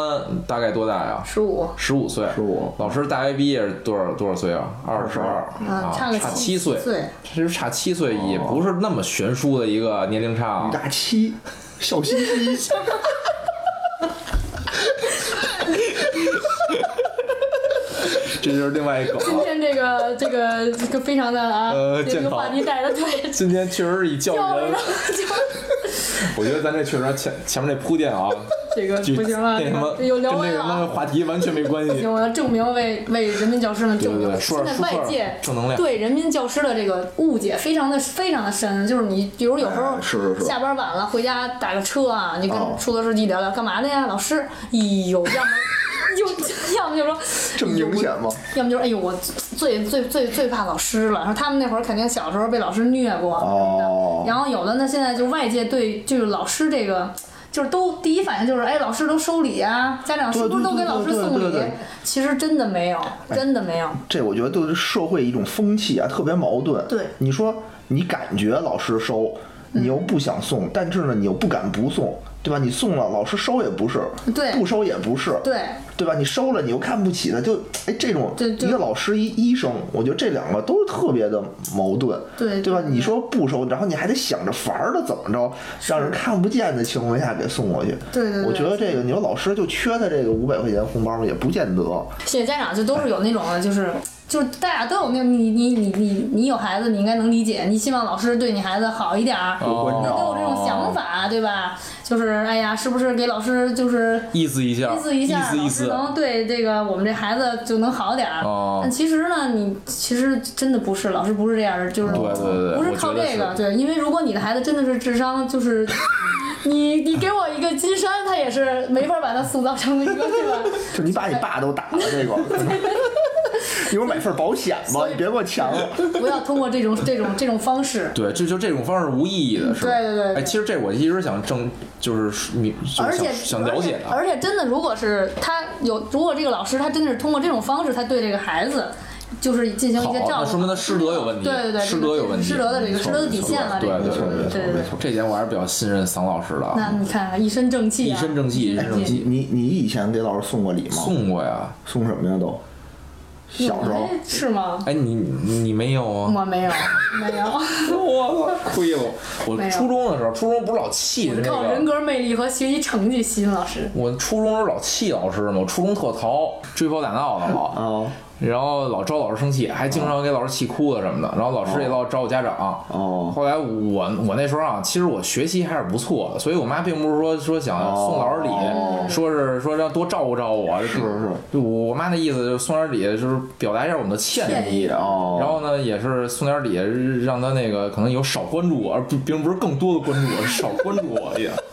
大概多大呀？
十五啊
十五岁，
15
老师大学毕业是多少多少岁啊？二十二啊，
差个
七岁，哦
岁，
其实差七岁也不是那么悬殊的一个年龄差啊
女。大七，笑嘻 嘻。
这就是另外一个。啊
今天这个这个这个非常的啊，
呃
这
健
个
康
话题带 的对，
今天确实是以教
教
育
育
人
了，就
我觉得咱这确实前前面这铺垫啊，
这个
就
不行
那
了，这
什么
个
跟
有
这
聊
个
完了
什么
啊。
话题完全没关系。
行，我要证明为为人民教师们证
对
明
对，对说
现
点
在
说点
外界
正能量
对人民教师的这个误解非常的非常的深，就是你比如有时候
哎是是是
下班晚了回家打个车啊，你跟
哦
出租车司机聊聊干嘛的呀，老师，哎呦， 要么就要么就 说
这么
啊
明显吗？
要么就是哎呦，我最最最最怕老师了。然后他们那会儿肯定小时候被老师虐过，
哦
然后有的呢，现在就外界对就是老师这个。就是都第一反应就是，哎，老师都收礼啊，家长是不是都给老师
对对
送
对对
礼
对对对？哎
其实真的没有，真的没有。
这我觉得对社会一种风气啊，特别矛盾。
对
你说你感觉老师收，你又不想送，但是呢，你又不敢不送，对吧？你送了，老师收也不是，
对
不收也不是，
对，
对吧？你收了，你又看不起他，就哎，这种
对对
一个老师一医生，我觉得这两个都是特别的矛盾，
对
对吧？
对
你说不收，然后你还得想着法儿的怎么着，让人看不见的情况下给送过去。
对对对
我觉得这个你说老师就缺他这个五百块钱红包也不见得，
现在家长就都是有那种的，就是就是大家都有那种，你你你你你有孩子，你应该能理解，你希望老师对你孩子好一点儿，
哦
多关
那
照
都有这种想法，对吧？就是哎呀，是不是给老师就是
意思一下，
意思一下，
意思
老
意
师
思。
能对这个我们这孩子就能好点儿。
哦
但其实呢，你其实真的不是，老师不是这样的，就是
对对对
不
我觉
靠
得
这个，
是
对，因为如果你的孩子真的是智商，就是 你你给我一个金山，他也是没法把他塑造成一个对吧？
就你把你爸都打了这个，一会儿买份保险吧，你别给我钱了。
不要通过这种这种这种方式。
对，这就这种方式无意义的，是吧？
对对对对
哎，其实这我一直想正，就是你，就
而
是
且
想想了解的。
而且，而且真的，如果是他有，如果这个老师他真的是通过这种方式，他对这个孩子就是进行一
好
些，照
那
顾，
说明他师德有问题，
对对对，
师德嗯有问题，
师德的这个师德的底线了，
对
这个
对
是
对
对对对。
这点我还是比较信任桑老师的
那
啊，
你看看，一身正气啊，
一身正气
一
一身正气
哎你你你以前给老师送过礼吗？
送过呀。
送什么呀都？小时候
哎是吗？
哎，你你没有啊？
我没有，没有，
我操，亏了！我
没有
初中的时候，初中不是老气那
靠人
个。
格魅力和学习成绩吸引老师。
我初中时候老气老师嘛，我初中特淘，追跑打闹的老，
哦
然后老招老师生气，还经常给老师气哭了什么的。然后老师也老找我家长。
哦
后来我我那时候啊，其实我学习还是不错的，所以我妈并不是说说想送老师礼，
哦
说是说让多照顾照顾我。
是是
就我我妈那意思就是送点礼，就是表达一下我们的歉
歉
意
意。
哦
然后呢，也是送点礼，让她那个可能有少关注我，而不并不是更多的关注我，是少关注我一点。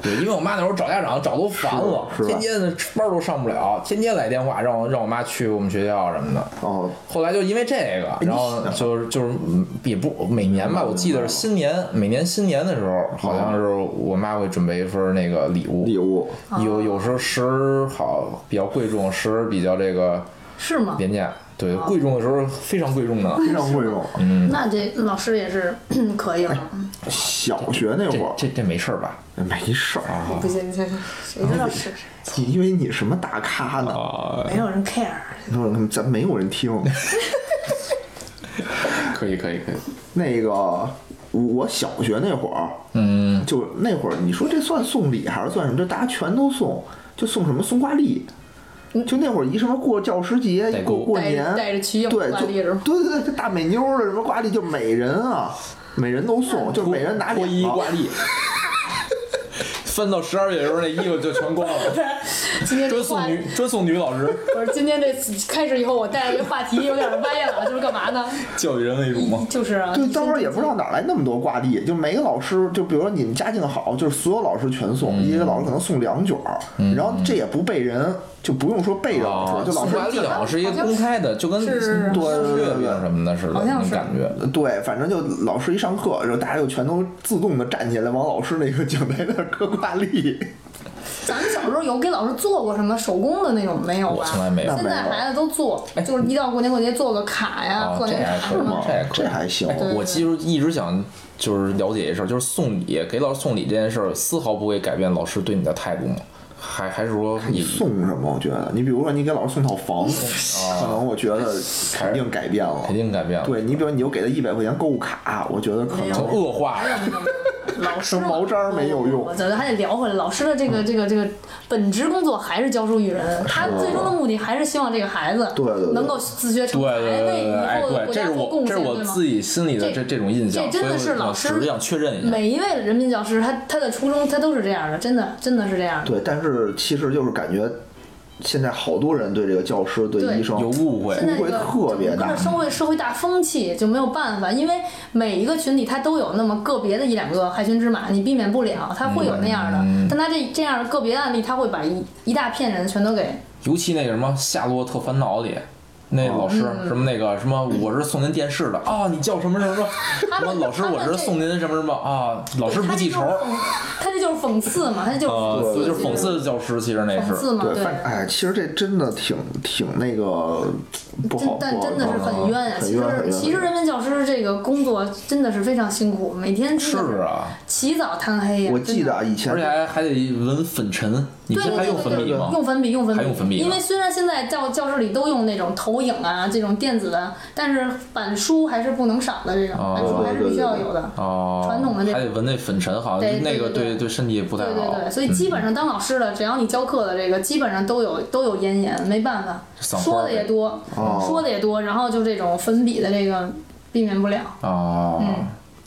对，因为我妈那会儿找家长找都烦了，
是是吧
天天的班都上不了，天天来电话让我让我妈去我们学校什么的。
哦，
后来就因为这个，然后就是就是嗯也不每年吧，我记得是新年，每年新年的时候，好像是我妈会准备一份那个哦礼物，
礼物
有有时候时而好比较贵重，时而比较这个
是吗？
廉价。对，贵重的时候非常贵重的。
非常贵重。
嗯
那这老师也是 可以
哎
了，
小学那
这
会儿
这这没事儿吧？
没事儿，
不行不行，谁知道是谁？
嗯
你因为你什么大咖呢？
啊
没有人 care。
你说咱没有人 听。
可以可以可以，
那个我小学那会儿，
嗯，
就那会儿，你说这算送礼还是算什么？这大家全都送，就送什么松瓜栗。就那会儿一什么过教师节
代，购
过过
带
年，
带着瞿颖
对，
挂
就
历
对
是吗
对对，这大美妞儿的什么挂历，就每人啊，每人都
嗯
送，就每人拿
脱
两
衣
个
挂。历。翻到十二月的时候，那衣服就全光了。
今天这
专
话
送女，专送女老师，
不是今天这开始以后，我带这话题有点歪了，就是干嘛呢？
教育人为主嘛。
就是啊，
对，当时也不知道哪儿来那么多挂历，就每个老师，就比如说你们家境好，就是所有老师全送，一个老师可能送两卷儿，然后这也不背人，就不用说背着老
啊
师，，就老
送
师
花力好像是一个
好像
公开的，就跟
是
送
对
月饼什么的似的，
好像
那
是
种感觉。
对，反正就老师一上课，然后大家就全都自动的站起来往老师那个 讲台那儿磕挂历。
咱们小时候有给老师做过什么手工的那种没有吧？
我从来没有
现在孩子都做，就是一到过年过节做个卡呀，
啊，
做
这
年
还
卡
可
什
以
么，，
这还可以，
这还行
哎
对
我其实一直想就是了解一事儿，就是送礼给老师送礼这件事儿，丝毫不会改变老师对你的态度吗？还还是说
你
你
送什么？我觉得，你比如说你给老师送套房，可能我觉得肯定改变了
肯。定改变了？
对你，比如你又给他一百块钱购物卡，我觉得可能
没有
就恶化
还
了。
有那个老师
生毛毡儿没有用
我觉得还得聊回来，老师的这
嗯
个这个这个本职工作还是教书育人，他最终的目的还是希望这个孩子
对对对
能够自学成
对
才，
对对
为以
对对，哎，
后的
对，
国
这
家
是
做
我
贡
这
献，
是
对
我
吗
自？己心里的
这
这这种印象，
这真的是
所以我
老师
只是想确认一下。
每一位人民教师，他他的初衷他都是这样的，真的真的是这样的。
对，但是其实就是感觉现在好多人对这个教师、对
对
医生
有误会
现在这个
误会特别大
整个社会社会大风气就没有办法，因为每一个群体他都有那么个别的一两个害群之马，你避免不了，他会有那样的。
嗯
但他这这样个别案例，他会把一一大片人全都给
尤其那个什么《夏洛特烦恼》里。那老师什么那个什么，我是送您电视的啊，你叫什么什么什么？
他
什么
们
老师，
他们
我
这
是送您什么什么啊？老师不记仇，
他这就是讽刺嘛，他这就是
哦
啊，
讽
所
刺
以就是讽刺教师，其实那
讽
是
刺嘛，
对，反哎，其实这真的挺挺那个不
真
好，
但
不好
真的是
弄
很冤呀、啊
很
其
冤很
实
冤
其实人民教师这个工作真的是非常辛苦，每天真
是
的是
啊，
起早贪黑呀、
我记得啊，以前
而且还还得纹粉尘，你
对
这
对
还
对
用
对
粉
对，
笔吗？
用粉笔，用粉笔，
还用粉笔呢
因为虽然现在教教室里都用那种投影啊这种电子的，但是板书还是不能少的，这种
哦
板书还是必须要有的。
哦，
传统的这
还得纹那粉尘，好
对
像那个
对对对
对身体也不太
对对
好
对，。所以基本上当老师的，只要你教课的这个，基本上都有都有咽炎，没办法，
嗓
说
花
的
呗
也多，嗯
哦
说的也多，然后就这种粉笔的这个避免不了。
哦，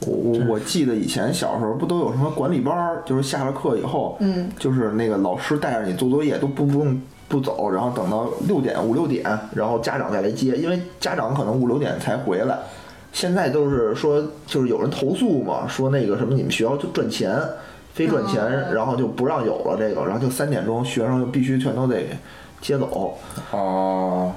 我我我记得以前小时候不都有什么管理班儿，就是下了课以后，
嗯，
就是那个老师带着你做作业都不不用不走，然后等到六点五六点，然后家长再来接，因为家长可能五六点才回来。现在都是说，就是有人投诉嘛，说那个什么你们学校就赚钱，非赚钱，
哦
然后就不让有了这个，然后就三点钟学生就必须全都得接走。
哦，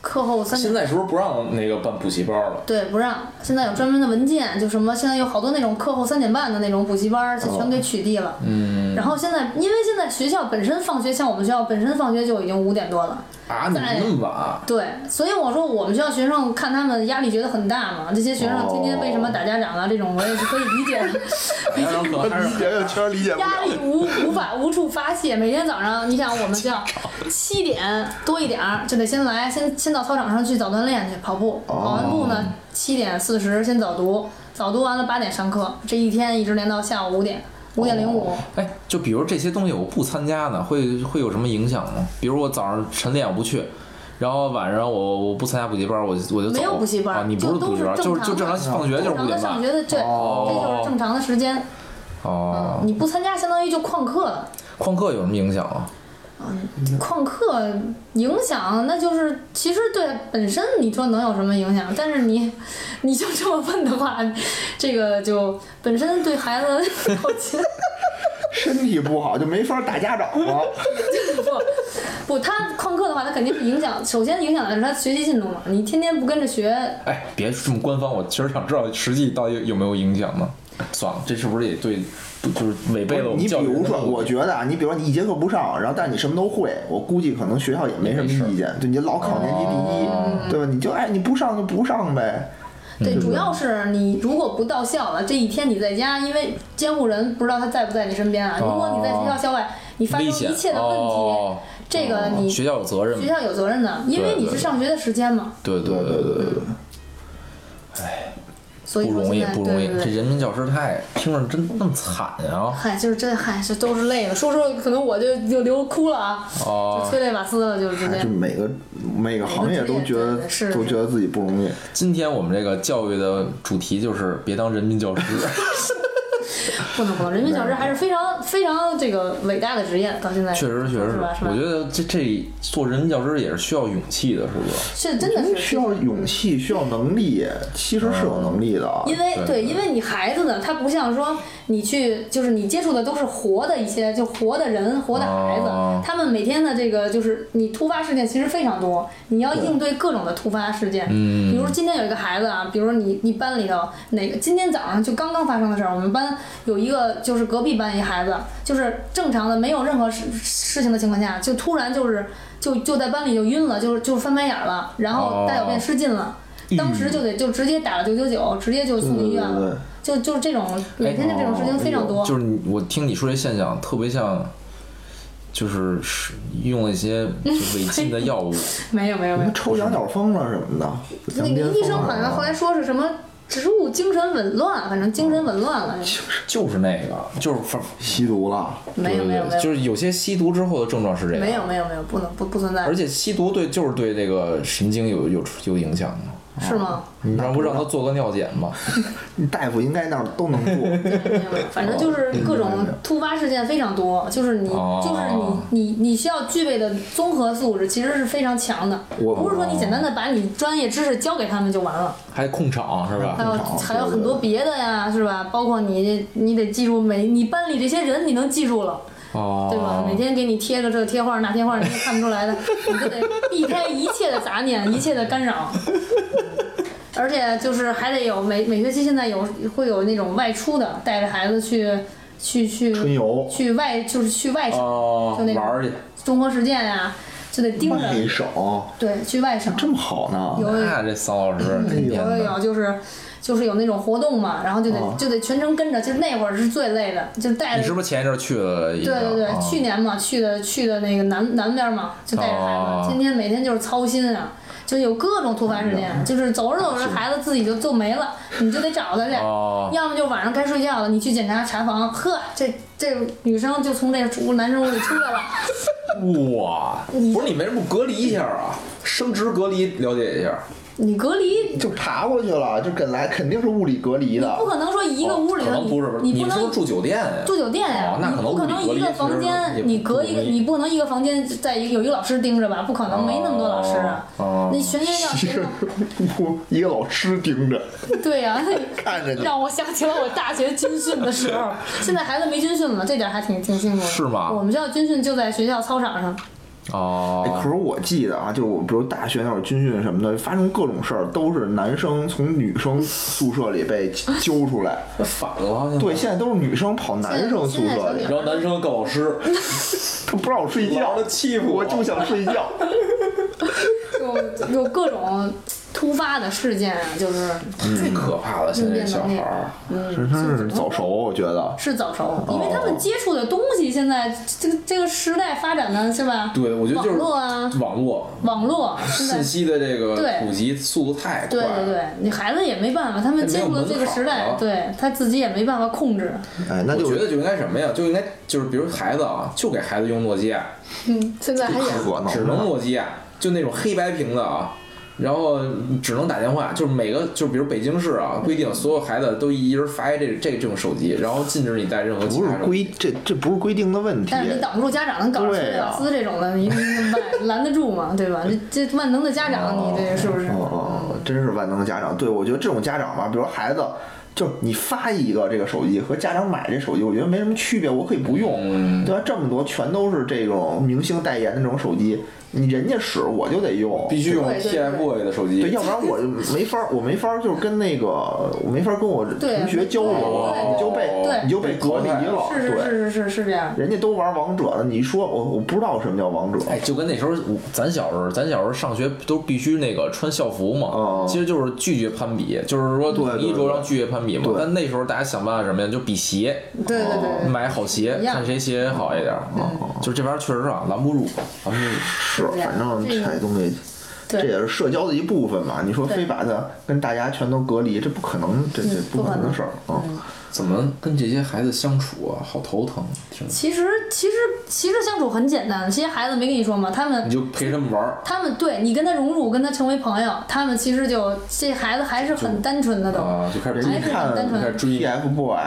课后三
现
点。
在是不是不让那个办补习班了？
对，不让。现在有专门的文件，就什么现在有好多那种课后三点半的那种补习班儿，就全给取缔了。嗯。然后现在，因为现在学校本身放学，像我们学校本身放学就已经五点多了。
啊，你们那么晚？
对，所以我说我们学校学生看他们压力觉得很大嘛，这些学生天天为什么打家长啊，这种我也是可以理解的。
家长可能还是
想想确实理解不
压力
了。
无无法无处发泄。每天早上，你想我们学校七点多一点儿就得先来，先先到操场上去早锻炼去跑步，跑完步呢七点四十先早读，早读完了八点上课，这一天一直连到下午五点，五点零五。
哎，就比如这些东西我不参加呢，会会有什么影响吗？比如我早上晨练我不去。然后晚上我我不参加补习班，我就我就走。
没有补习班
啊，你不
就都
补习班，
是
就
正
就正常放学就是
正
五
常的
点
上
半。
学的这，这就是正常的时间。
哦，
你不参加，相当于就旷课了。
旷课有什么影响啊？
旷课影响，那就是其实对本身你说能有什么影响？但是你 你就这么问的话，这个就本身对孩子要求
身体不好就没法打家长了。
不，他旷课的话，他肯定是影响，首先影响的是他学习进度嘛。你天天不跟着学，
哎，别这么官方，我其实想知道实际到底有没有影响呢？算了，这是不是也对，不就是违背了我们
你比
教育
如
人的
说，
目的
我觉得啊，你比如说你一节课不上，然后但是你什么都会，我估计可能学校也没什么意见，对你老考年级
哦
第一，对吧？你就哎，你不上就不上呗。
对，主要是你如果不到校了，这一天你在家，因为监护人不知道他在不在你身边啊。如果你在学校校外，你发生
哦危险
一切的问题，
哦
这个你
学校有责任
学，校有责任的，因为
对
你是
对
上学的时间嘛。
对对对对对，
所以
不
说
容易
现在
不容易
对，对
这
对
人民教师太听着真那么惨啊！
嗨，就是真嗨，这都是累了，说说可能我就就流哭了啊，
哦
就催泪马斯了，就是这
哎就
样。
每个每个行业都觉得
是
都觉得自己不容易。
今天我们这个教育的主题就是别当人民 教师，
不能不能，人民教师还是非常非常这个伟大的职业，到现在
确实确实
是吧？是吧
我觉得这这做人民教师也是需要勇气的，是不是？
是真的是
需要勇气，需要能力，其实是有能力的。啊
因为对，因为你孩子呢，他不像说你去，就是你接触的都是活的一些，就活的人、活的孩子，
哦
他们每天的这个就是你突发事件其实非常多，你要应对各种的突发事件。嗯，比如今天有一个孩子啊，比如你你班里头哪个今天早上就刚刚发生的事儿，我们班有一个就是隔壁班一孩子，就是正常的没有任何事事情的情况下，就突然就是就就在班里就晕了，就是就翻白眼儿了，然后大小便失禁了。
嗯
当时就得就直接打了九九九，直接就送医院了。就就是这
哎
种每天的这种事情非常多。
就是你我听你说这现象，特别像，就是使用了一 些就违禁的药物，
没有没有没
什么
有，
抽羊角风啊了什么的，
那
羊癫
个医生
疯啊
好
了
像后来说是什么植物精神紊乱，反正精神紊乱
啊
了。
就是那个，就是反
吸毒了，
没有没有没
对对对就
有
是有些吸毒之后的症状是这样，
没有没有没有，不能不不存在
而，且吸毒对就是对这个神经有有有影响的。
是吗？
你让不让他做个尿检吧？
大夫应该那儿都 能做。
没有没有，反正就是各种突发事件非常多，就是你
哦
就是你你你需要具备的综合素质其实是非常强的，
我
不是说
哦
你简单的把你专业知识教给他们就完了。
还控场是
还
吧？
有
场
还有
对
很多
对
别的呀，是吧？包括你，你得记住每你班里这些人，你能记住了，
哦，
对吧？每天给你贴个这贴画那贴画，你也看不出来的， 你就得避开一切的杂念，一切的 干扰。而且就是还得有每每学期现在有会有那种外出的，带着孩子去去去
春游
去外就是去外省，
哦
就那，种
玩儿去，
综合实践呀，就得盯着，
外省
对，去外省。
这么好呢？
有有
那这桑老师天天
有有
的，
有，就是就是有那种活动嘛，然后就得、
哦
就得全程跟着，就是那会儿是最累的，就是带
你
着。
是不是前一阵儿去了一
对
趟？
对对，
啊
去年嘛，去的去的那个南南边嘛，就带着孩子，
哦哎
天天每天就是操心啊，就有各种突发事件，就是走着走着孩子自己就就没了，你就得找他去，
哦
要么就晚上该睡觉了，你去检查查房，呵，这这女生就从这屋男生屋里出来了，
哇，不是你为什么不隔离一下啊？升职隔离了解一下，
你隔离。
就爬过去了，就跟来肯定是物理隔离
不
的。
可能说一个屋里
哦可
头
能不是，
你你
你
不
们是
能
不是住酒店呀？
住酒店呀、
哦那
你
可能
不可能
物理
一
隔
个
离
房
其实也
间
不
你隔一个，
容易
你不可能一个房间在一个有一个老师盯着吧？不可能，没那么多老师啊。
哦
那全学校
其
谁
实
能？
不， 一个老师盯着，
对 呀、
看着你
让我想起了我大学军训的时候。现在孩子没军训了，这点还挺挺辛苦的。
是吗
我们学校军训就在学校操场上，
哎
哦
可是我记得啊，就是我比如大学那会儿军训什么的，发生各种事儿，都是男生从女生宿舍里被 揪出来。
反了，好像
对，现在都是女生跑男生宿舍里
现在现在，
然后男生告 老师，
他不让我睡
老
觉，
让他欺负我
我就想睡 觉。
有有各种突发的事件啊，就是
太嗯可怕了，现在这小孩儿，
这真是早熟，啊我觉得。
是早
哦
熟，因为他们接触的东西现在这个这个时代发展的是吧？
对我觉得就是
网络啊，
网络
网络现在
信息的这个
对
普及速度太快
对对
了。
对，你孩子也没办法，他们接触了这个时
没有
代，
门槛啊
对他自己也没办法控制。
哎，那
我
就
觉得就应该什么呀？就应该就是，比如孩子啊，就给孩子用诺基亚，
嗯，现在还有
可能
只能诺基亚，就那种黑白屏的啊，然后只能打电话，就是每个就比如北京市啊，规定所有孩子都一人发一这这这种手机，然后禁止你带任何其
不是
他手
规
机。
这这不是规定的问题
但，是你挡不住家长能搞出
对啊
雅思这种的，你你怎么办？拦得住吗？对吧？这这万能的家长，你这是不是？
哦哦哦真是万能的家长。对，我觉得这种家长吧，比如孩子，就是你发一个这个手机和家长买这手机，我觉得没什么区别，我可以不用，
嗯
对吧？这么多全都是这种明星代言的这种手机，你人家使我就得用，
必须用
对对对
TFBOY 的手
对，
机
要。不然我就没法儿，我没法儿就是跟那个，我没法儿跟我
对
同学交流啊，
对
你就被
对
你就被隔离
哦
了，
是是
对。
是是是是这样。
人家都玩王者了，你说我我不知道什么叫王者，
哎，就跟那时候我咱小时候，咱小时候上学都必须那个穿校服嘛，
嗯嗯
其实就是拒绝攀比，就是说
对对
衣着上拒绝攀比嘛
对。
但那时候大家想办法什么呀？就比鞋，
对对对对，
买好鞋，
一样
看谁鞋好一点儿。就这玩意儿确实啊，拦不住，拦不住。
是，
这样
反正
这个
这东西，
对
这也是社交的一部分嘛。你说
对
非把它跟大家全都隔离，这不可能，这这
嗯
不
不可
可能的
能
事儿啊。
怎么跟这些孩子相处啊？好头疼，真的。
其实其实其实相处很简单，这些孩子没跟你说吗？他们
你就陪他们玩儿，
他们对你跟他融入，跟他成为朋友，他们其实就这孩子还是很单纯的都，
啊，就开始
人
追
家
还是
看
很单纯
开始追
TFBOY，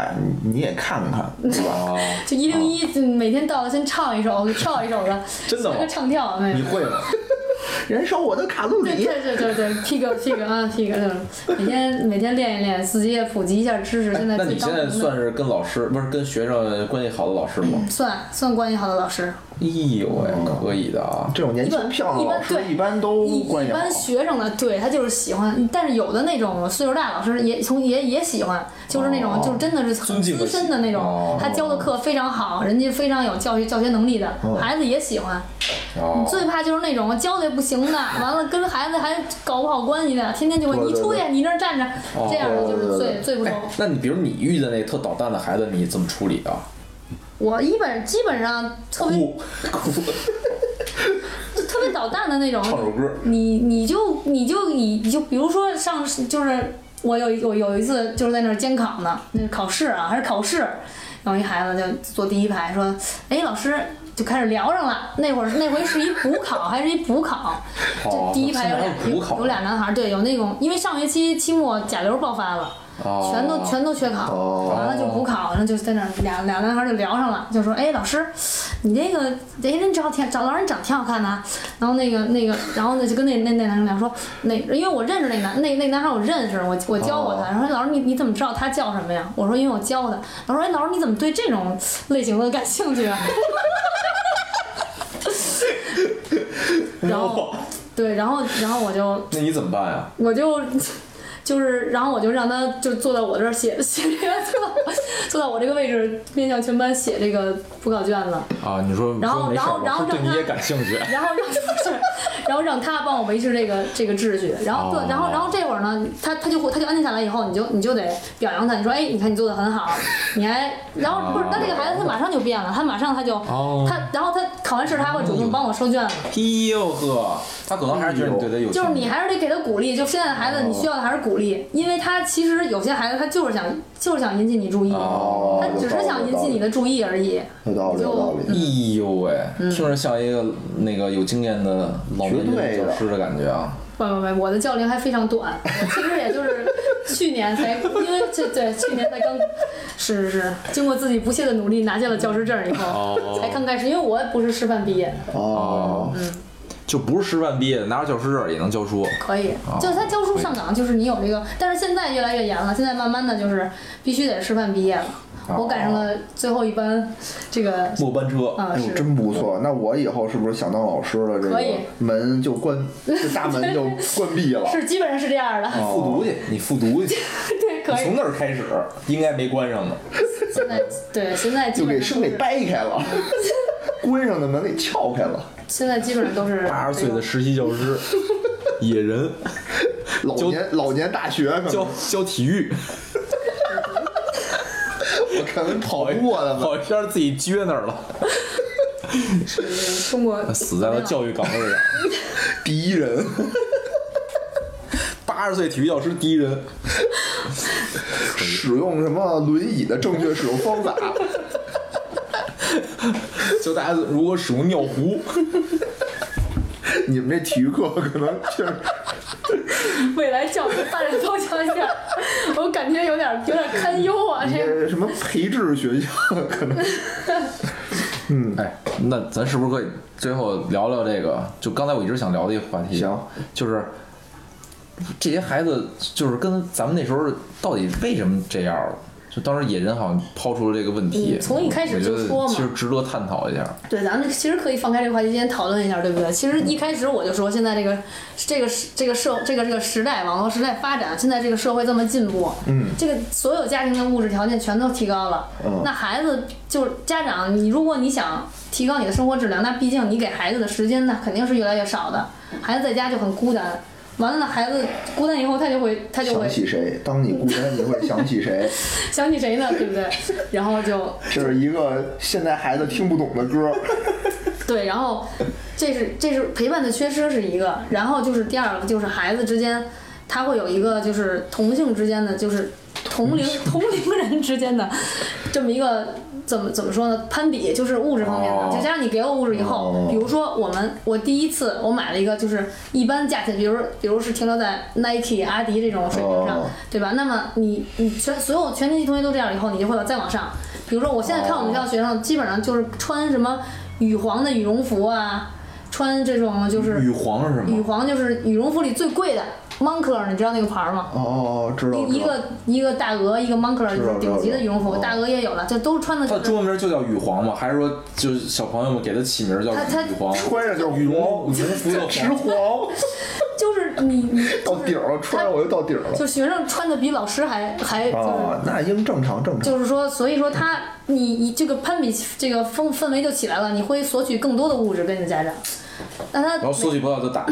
你你也看 看，对吧？
啊，
就一零一就每天到了先唱一首，跳一首的，
真的吗哦
学个唱跳哎没有
你？会吗？
燃烧我的卡路
对
里，
对对对对，pick up pick up 啊 pick up，每天每天练一练，自己也普及一下知识。
哎
现在
那
最
你
当
现在
红
算
的
是跟老师不是跟学生关系好的老师吗？
算算关系好的老师，
哎呦喂，可以的啊！
这种年
一
轻
般
漂亮
一
的老
般
师
对
一般都
一
关
一
系好
般。学生呢，对他就是喜欢，但是有的那种岁数大老师也从也也喜欢，就是那种、
哦
就是真的是
尊
很
敬的
资深的那种，
哦
他教的课非常好，人家非常有教学教学能力的、孩子也喜欢。
哦，
最怕就是那种教的也不行的，完了跟孩子还搞不好关系的，天天就会你出去，你那儿站着，
哦
这样的就是最最不中。
那你比如你遇见那特捣蛋的孩子，你怎么处理啊？
我一本基本上特别
哭哭，
特别捣蛋的那种，
唱首歌。
你你就你就你你就比如说上就是我有一我有一次就是在那儿监考呢，那是考试啊还是考试，然后一孩子就坐第一排说，哎老师就开始聊上了，那会儿那回是一补考还是一补考，
哦
就第一排有
现在
俩
还有补考
有俩男孩儿，对，有那种因为上学期期末甲流爆发了。
哦
全都全都缺考，完了就补考，然后就在那儿俩俩男孩就聊上了，就说：“哎，老师，你这个哎，人长挺长，老人长挺好看的啊。”然后那个那个，然后呢就跟那那那男生聊说：“那因为我认识那男那那男孩，我认识，我我教过他。然后说：“老师，你你怎么知道他叫什么呀？”我说：“因为我教的。”老师说：“哎，老师你怎么对这种类型的感兴趣啊？”然后对，然后然后我就
那你怎么办呀？
我就就是，然后我就让他就坐在我这儿写写这个，坐到我坐到我这个位置，面向全班写这个补考卷子，
啊，你说
然后
说没事儿，
然后然
老
后
师对
让
你
他
也感兴趣
然后让他然后让他帮我维持这个这个秩序，然后对，然后然后这会儿呢，他他就会他就安静下来以后，你就你就得表扬他，你说哎，你看你做的很好，你还然后不是，那这个孩子他马上就变了，他马 上他就
哦
他然后他考完试他还会主动帮我收卷子。
哎呦呵，他可能还是觉得你对他有
哎就是
兴趣
你还是得给他鼓励，就现在的孩子，你需要的还是鼓励，因为他其实有些孩子他就是想就是想引起你注意，
哦
他只是想引起你的嗯注意而已。
有道理，有道理。啊
哎呦喂，
嗯
听着像一个那个有经验的老
绝
年
对
人
的
教师的感觉啊！
不不不，我的教龄还非常短，我其实也就是 去年才，因为这对去年才刚，是是是，经过自己不懈的努力拿下了教师证以后，才刚开始，因为我也不是师范毕业，
哦，
嗯
就不是师范毕业的，拿着教师证也能教书。
可以，就是他教书上岗，就是你有这个，但是现在越来越严了，现在慢慢的就是必须得师范毕业了。
哦
我赶上了最后一班，这个
啊末班车，
啊
哎呦，
是
真不错。那我以后是不是想当老师了？这
可
个
以
门就关，这大门就关闭了。
是基本上是这样的，
复读去，你复读去，
对，可以
从。那儿开始应该没关上的。
现在对现在基
就给
本上
生
都
给
是
掰开 了，关上的门给撬开了。
现在基本上都是
八十岁的实习教
哎
师，野人
老
就
年老年大学可能
教教体育，
我可能跑
哎
不过他们。
好像自己撅那儿了，
中国
死在了教育岗位上。
第一人，
八十岁体育教师第一人，
使用什么轮椅的正确使用方法，
教大家如何使用尿壶。
你们这体育课可能确实
未来教育发展方向下，我感觉有点有点堪忧啊，这个
呃什么培智学校可能
哎，那咱是不是可以最后聊聊这个？就刚才我一直想聊的一个话题，
行，
就是这些孩子就是跟咱们那时候到底为什么这样了？就当时野人好像抛出了这个问题，
嗯从一开始就
我觉得
说嘛
其实值得探讨一下。
对，咱们其实可以放开这个话题，今天讨论一下，对不对？其实一开始我就说，现在这个这个时这个社这个这个时代，网络时代发展，现在这个社会这么进步，嗯，这个所有家庭的物质条件全都提高了，
嗯
那孩子就是家长，你如果你想提高你的生活质量，那毕竟你给孩子的时间那肯定是越来越少的，孩子在家就很孤单。完了呢，孩子孤单以后，他就会他就会
想起谁？当你孤单，你会想起 谁？
想起谁呢？对不对？然后就
这是一个现在孩子听不懂的歌。
对，然后这是这是陪伴的缺失是一个，然后就是第二个就是孩子之间，他会有一个就是同性之间的，就是同龄
嗯
同龄人之间的这么一个怎么怎么说呢？攀比就是物质方面的，
哦
就加上你给我物质以后，
哦
比如说我们我第一次我买了一个就是一般价钱，比如比如是停留在 Nike、阿迪这种水平上，
哦
对吧？那么你你全所有全年级同学都这样以后，你就会再往上。比如说我现在看我们学校学生，基本上就是穿什么羽黄的羽绒服啊，穿这种就是
羽皇是什
羽
么？
黄就是羽绒服里最贵的 Moncler，你知道那个牌儿吗？
哦哦，哦知道
一
知
一
道。
个一个大鹅，一个 Moncler
知道
就是顶级的羽绒服，
知道
大鹅也有了，就都穿的
它
就
的中
是。
文名就叫羽皇吗？还是说就是小朋友们给它起名叫
它它
羽 皇？
穿着就
羽
黄，
绒羽绒服的
直
皇。
黄，
就是你你
到顶了，穿上我就到顶了。
就学生穿的比老师还还就是、
哦，那应正常正常。
就是说，所以说他你你这个攀比这个氛氛围就起来了，你会索取更多的物质跟你的家长，那他
然后索取不到 就打，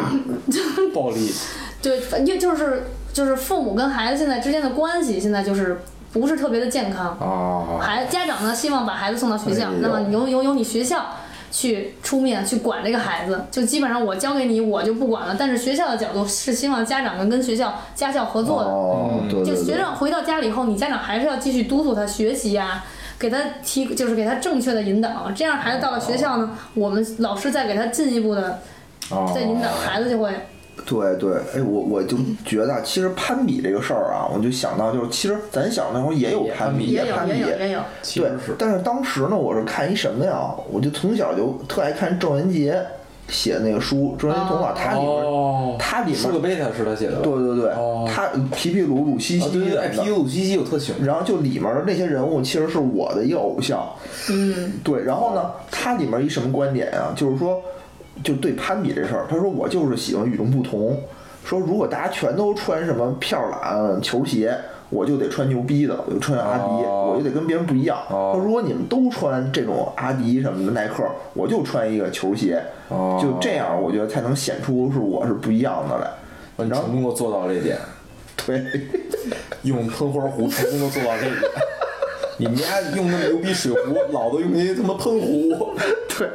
暴力。
对，反正就是就是父母跟孩子现在之间的关系，现在就是不是特别的健康。
啊，
孩家长呢，希望把孩子送到学校
哦哎呦，
那么你由由由你学校去出面去管这个孩子，就基本上我交给你，我就不管了。但是学校的角度是希望家长能跟学校家校合作的，
哦，
嗯
对
就
对
学
对。
生回到家里以后，你家长还是要继续督促他学习呀、给他提就是给他正确的引导，这样孩子到了学校
哦
呢，我们老师再给他进一步的
哦
再引导，孩子就 会
对对，哎，我我就觉得啊，其实攀比这个事儿啊，我就想到就是，其实咱小那会儿也有攀比，
也
攀比，
有，
其
对
实是，
但是当时呢，我是看一什么呀？我就从小就特爱看郑渊洁写的那个书《郑渊洁童话》，它里
哦
面，它里
舒克
面，
贝塔是他写的吧，
啊
对对对
哦，
它皮皮鲁鲁西
啊
西
对对对，
什
哎
么
皮
的
鲁西西我特喜欢。
然后就里面的那些人物其实是我的一个偶像，嗯，对。然后呢，它里面一什么观点啊？就是说，就对攀比这事儿，他说我就是喜欢与众不同。说如果大家全都穿什么票篮球鞋，我就得穿牛逼的，我就穿阿迪，
哦
我就得跟别人不一样。
哦
说如果你们都穿这种阿迪什么的耐克，我就穿一个球鞋，
哦
就这样，我觉得才能显出是我是不一样的来。
你
然后
成功的做到了这一点，
对，
用喷花壶成功的做到这一 点。你们家用那牛逼水壶，老子用那他妈喷壶。
对。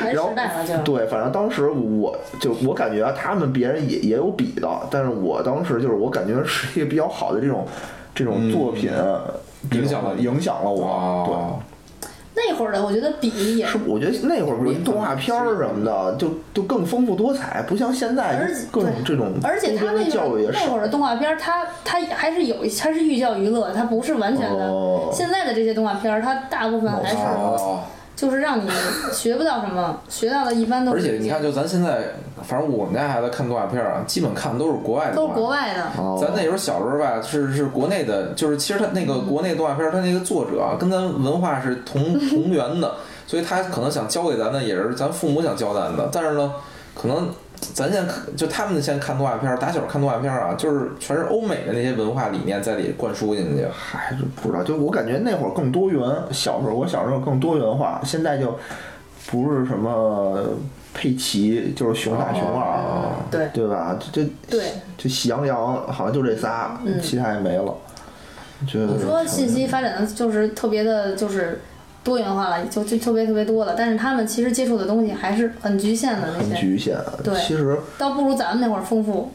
还是
然后
时代了就。
对，反正当时我就我感觉啊他们别人也也有比的，但是我当时就是我感觉是一个比较好的这种这种作品，
嗯
这种
影响了你
影响了我，
哦
那会儿的我觉得比也
对，是我觉得那会儿比如动画片儿什么的，就就更丰富多彩，不像现在
而且
各种
对
这种
而且他
周边
那
的教育
个
也
那
少
会儿。的动画片儿，它它还是有，它是寓教于乐，它不是完全的。
哦
现在的这些动画片儿，它大部分还哎是、
哦，
就是让你学不到什么，学到的一般都
而
是
且你看，就咱现在，反正我们家孩子看动画片儿啊，基本看的都是国外的动
都是
画
国
片。
外的。
哦
咱那时候小时候吧，是是国内的，就是其实他那个国内动画片儿，他那个作者啊，跟咱文化是同同源的，所以他可能想教给咱的也是咱父母想教咱的，但是呢，可能咱现在看就他们现在看动画片儿，打小看动画片儿啊，就是全是欧美的那些文化理念在里灌输进去。
嗨，就不知道，就我感觉那会儿更多元。小时候，我小时候更多元化，现在就不是什么佩奇，就是熊
哦
大熊二，
对
对吧？这这
对，
就喜羊羊好像就这仨，其他也没了。觉得
嗯你说信息发展的就是特别的，就是多元化了，就就特别特别多了。但是他们其实接触的东西还是很局限的
很
那些，
局限，
对
其实
倒不如咱们那会儿丰富。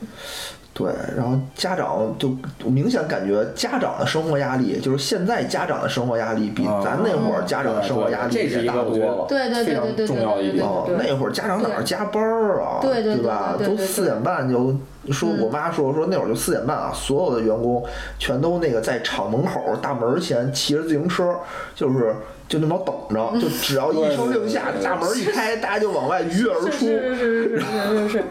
对，然后家长就明显感觉家长的生活压力，就是现在家长的生活压力比
啊
咱那
嗯
会儿家长的生活压力
这是
也
一
大
个我
多
觉
了
得。
对对对
非
对对对
常重要的一
对
点。
哦，
对
那会儿家长哪儿加班儿啊，
对对对
吧？
对对
都
对对
四点半就说我妈说说那会儿就四点半啊，所有的员工全都那个在厂门口大门前骑着自行车，就是。就那么等
嗯
着，就只要一声令下，大门一开，大家就往外鱼跃 而
是
出。
是是是是是是是，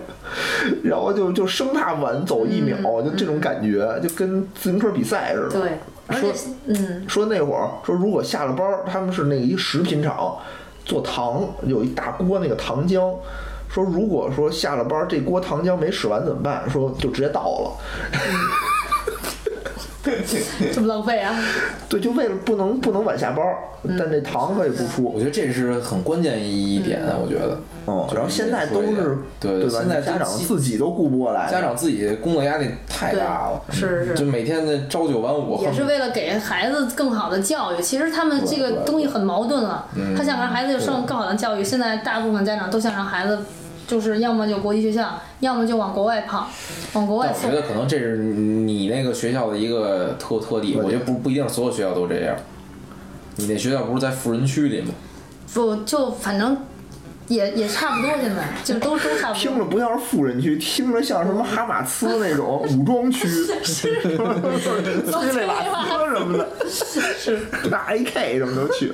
然后就就生怕晚走一秒，就这种感觉，就跟自行车比赛似的。
嗯对，而且嗯，
说那会儿说如果下了班儿，他们是那个一食品厂做糖，有一大锅那个糖浆。说如果说下了班儿这锅糖浆没使完怎么办？说就直接倒了。
这么浪费啊！
对，就为了不能不能晚下班儿，
嗯
但这糖可以不
我
出。
觉得这是很关键一一点啊，我觉得。
嗯，然后现在都是
对
对吧？
现在
家
都
长
自
自己都顾不过来，
家长自己的工作压力太大了，
对是是
就每天的朝九晚五，
也是为了给孩子更好的教育。其实他们这个东西很矛盾了，
嗯
他想让孩子受更好的教育，现在大部分家长都想让孩子。就是要么就国际学校，要么就往国外跑，往国外
但我
送
觉。得可能这是你那个学校的一个特特例，我觉得不不一定所有学校都这样。你那学校不是在富人区里吗？
不就反正也也差不多，现在就都都差不
听
多。
着 不像是富人区，听着像什么哈马斯那 种武装区，斯 里瓦斯什么的，是拿 AK 什么都去。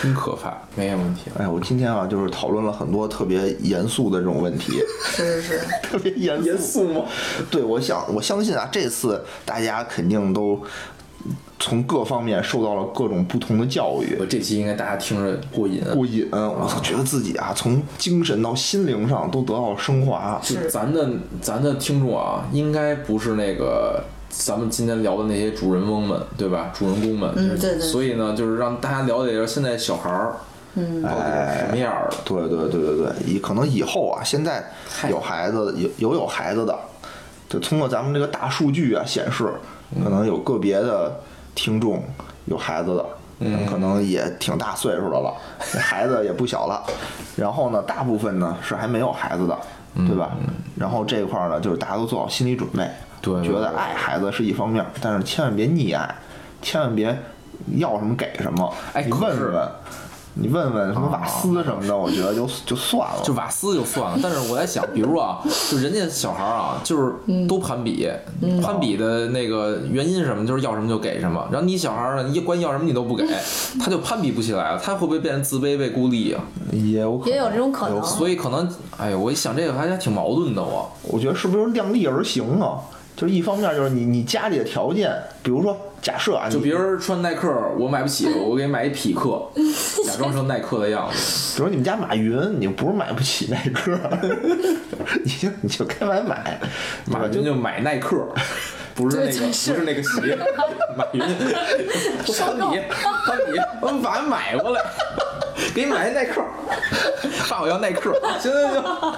真可怕，没有问题。
哎，我今天啊，就是讨论了很多特别严肃的这种问题，
是是是，
特别严严肃吗？对，我想我相信啊，这次大家肯定都从各方面受到了各种不同的教育
我。这期应该大家听着过瘾啊，
过瘾，我操，觉得自己啊，从精神到心灵上都得到了升华。
就咱的咱的听众啊，应该不是那个咱们今天聊的那些主人翁们，对吧？主人公们，
嗯对对
所以呢，就是让大家了解一下现在小孩儿，嗯，到底是什么样儿的。
对对对对对，以可能以后啊，现在有孩子有有有孩子的，就通过咱们这个大数据啊显示，可能有个别的听众有孩子的，嗯，可能也挺大岁数的了，孩子也不小了。然后呢，大部分呢是还没有孩子的，对吧？然后这一块儿呢，就是大家都做好心理准备，
对对
觉得
对
爱孩子是一方面，但是千万别溺爱，千万别要什么给什么，
哎
你
可
问
是
问。你问问什么瓦斯什么的，我觉得就哦就算了。
就瓦斯就算了，但是我在想，比如啊，就人家小孩儿啊，就是都攀比，攀比的那个原因是什么，就是要什么就给什么。然后你小孩儿呢，你管要什么你都不给，他就攀比不起来了，他会不会变成自卑、被孤立啊？
也有可能
也有这种可能
有
所以可能，哎呀，我一想这个还还挺矛盾的我。
我觉得是不是量力而行啊？就是一方面就是你你家里的条件，比如说假设啊，
就
你
别人穿耐克，我买不起，我给买一匹克，假装成耐克的样子。
比如你们家马云，你不是买不起耐克， 你就你就该买买，对吧
马云就买耐克，不是那个
对真
不
是
是那个 鞋，马云攀比攀比，我们把它买过来，给你买一耐克，爸我要耐克，行行行，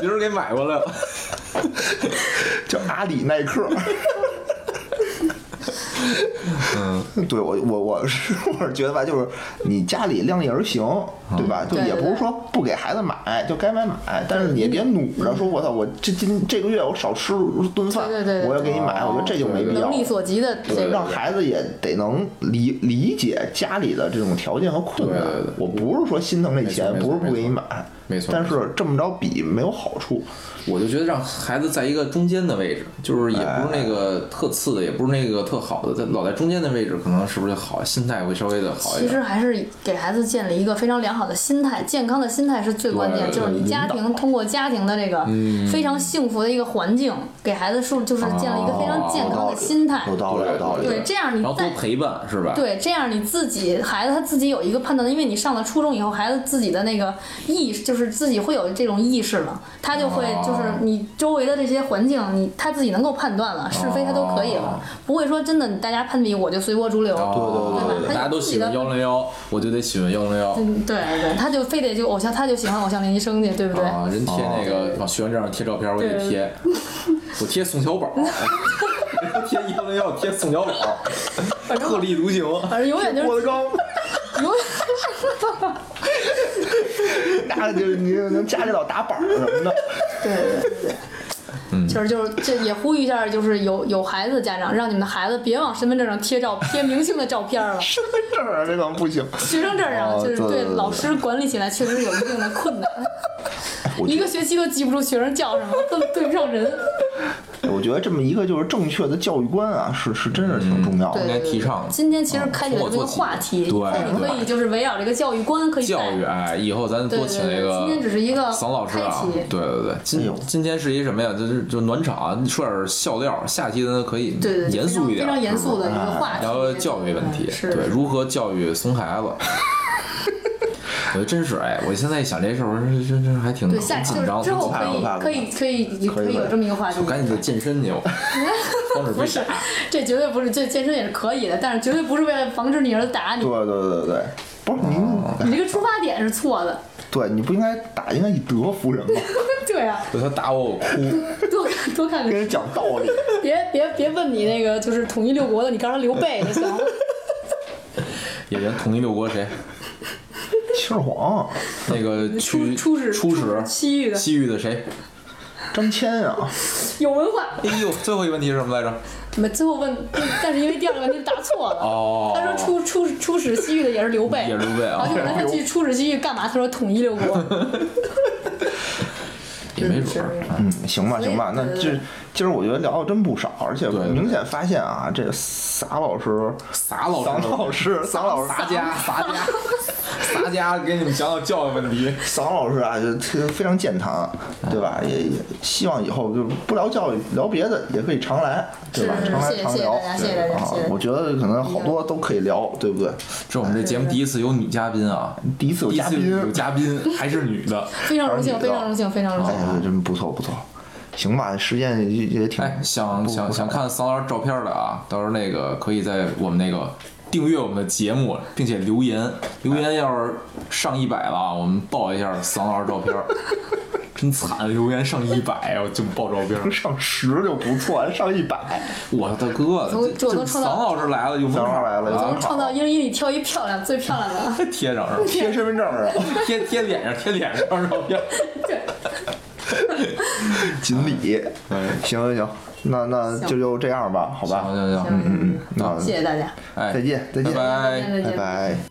别人给买过来了。
叫阿里耐克。嗯，对我我我是我是觉得吧，就是你家里量力而行，对
嗯
吧？就
对
也
对
不是
对嗯
说不给孩子买，就该买买，但是你也别努着说，我操，我这今这个月我少吃顿饭，
对对对对
我要给你买，我觉得这就没必要
能。力所及的这
对
个
让孩子也得能理理解家里的这种条件和困难。
对对对
我不是说心疼这钱，
没错
不是不给你买，
没错没错
但是这么着比没有好处。
我就觉得让孩子在一个中间的位置，就是也不是那个特次的，也不是那个特好的，在老在中间的位置，可能是不是好，心态会稍微的好一
其
点
实。还是给孩子建立一个非常良好的心态，健康的心态是最关键。
对
就是你家庭通过家庭的这个非常幸福的一个环境，给孩子树就是建立一个非常健康的心态。
有道理，有道理。
对，这样你
然后多
再
陪伴是吧？
对这样你自己孩子他自己有一个判断，因为你上了初中以后，孩子自己的那个意识就是自己会有这种意识了，他就会
哦
就是你周围的这些环境，你他自己能够判断了，是非他都可以了，不会说真的大家攀比我就随波逐流。
哦
对对对对
对
大家都喜欢幺零幺，我就得喜欢幺零幺。
嗯，对对，他就非得就偶像，他就喜欢偶像练习生去，对不对？
啊，人贴那个往学生证上贴照片，我也得贴，我贴宋小宝，贴幺零幺，贴宋小宝，特立独行。
反正永远就是
郭德纲，
永远
那就你就能家里老打板儿什么的。
对对对对。
嗯
就是就是这也呼吁一下，就是有有孩子的家长，让你们的孩子别往身份证上贴照贴明星的照 片了，
身份证儿这种不行。
学生证上
哦
就是
对对
对
对
老师管理起来确实有一定的困难。
我
一
觉
个学期都记不住学生叫什么，都对不上人。
得我觉得这么一个就是正确的教育观啊，是是真是挺重要的。
啊应
对
该提倡
今天其实开启了这么一个话题，
从我做起
那你可
对
以就是围绕这个教育观，可以
教
再
育，哎，以后咱多请那
对对
个
对今天只是一个
桑老师啊
开启，
对对对，
哎
今
呦
今天是一什么呀？就是就暖场，说点笑料，下期咱可以
对对对，
严肃一点，
非常严肃的
是
一个话
不是
题，
聊教育问题，
嗯是
对，如何教育怂孩子。我觉得真是哎，我现在一想这事儿，我说真真真是还挺
对，下期就
紧张
是之后
的
可
不怕不怕
以可以可以
可以
可以有这么一 个话题
我，赶紧得健身 去，我光是
不
被
是
打。，
这绝对不是，这健身也是可以的，但是绝对不是为了防止你儿子打
对
你，
对对对对，不是您，
你这个出发点是错的。
对你不应该打，应该以德服人嘛，
对啊，
就他打我，我哭。
多看多看
跟
看，
人讲道理。
别别别问你那个就是统一六国的，你告诉他刘备就行了。
演员统一六国谁？
秦始皇、
那个
出
去
出使
出使
出西域的
西域的谁？
张骞啊，
有文化。
哎呦，最后一个问题是什么来着？
没最后问，但是因为第二个问题答错了。
哦
他说出出出使西域的也是刘备，
也是刘备啊
然后就问他去出使西域干嘛？他说统一六国。
也没准儿。
嗯，行吧，
所以
行吧，那
对对
这
对
今儿我觉得聊的真不少，而且
对哦
明显发现啊，这个撒老师、
撒老
撒老师、撒老师、
撒家撒家撒家，给你们讲讲教育问 题。
撒老师啊，就特非常健谈，对
哎
吧？也也希望以后就不聊教育，聊别的也可以常来，对吧？
是是
常来
谢谢
常
谢谢
聊，
大家谢谢大家
啊
谢谢大家
我觉得可能好多都可以聊，对不对？
这我们这节目第一次有女嘉宾啊，
第一次有
第一
嘉
次
宾，
有嘉宾还是女的。
非常荣幸，非常荣幸，非常荣
哎
幸。
呀，真不错不错，行吧，时间也也挺
啊哎，想
不
想想看桑老师照片的啊，到时候那个可以在我们那个订阅我们的节目，并且留言，留言要是上一百了啊，我们报一下桑老师照片。 真惨，留言上一百，我就报照片。
上十就不错，上一 百，
我的哥，
从
这这
我能
桑
创造
老师来了就
桑老师来了就
我
啊
们创造英一里挑一漂亮最漂亮的，
贴上是吧？
贴身份证上，
贴贴脸上，贴脸上照 片。
锦鲤。
哎，
行行行，那那
行
就就这样吧，好吧，
行行行，
嗯嗯，那
谢谢大家，
哎，
再见再
拜
见，
拜。
再见再
拜
见。
拜。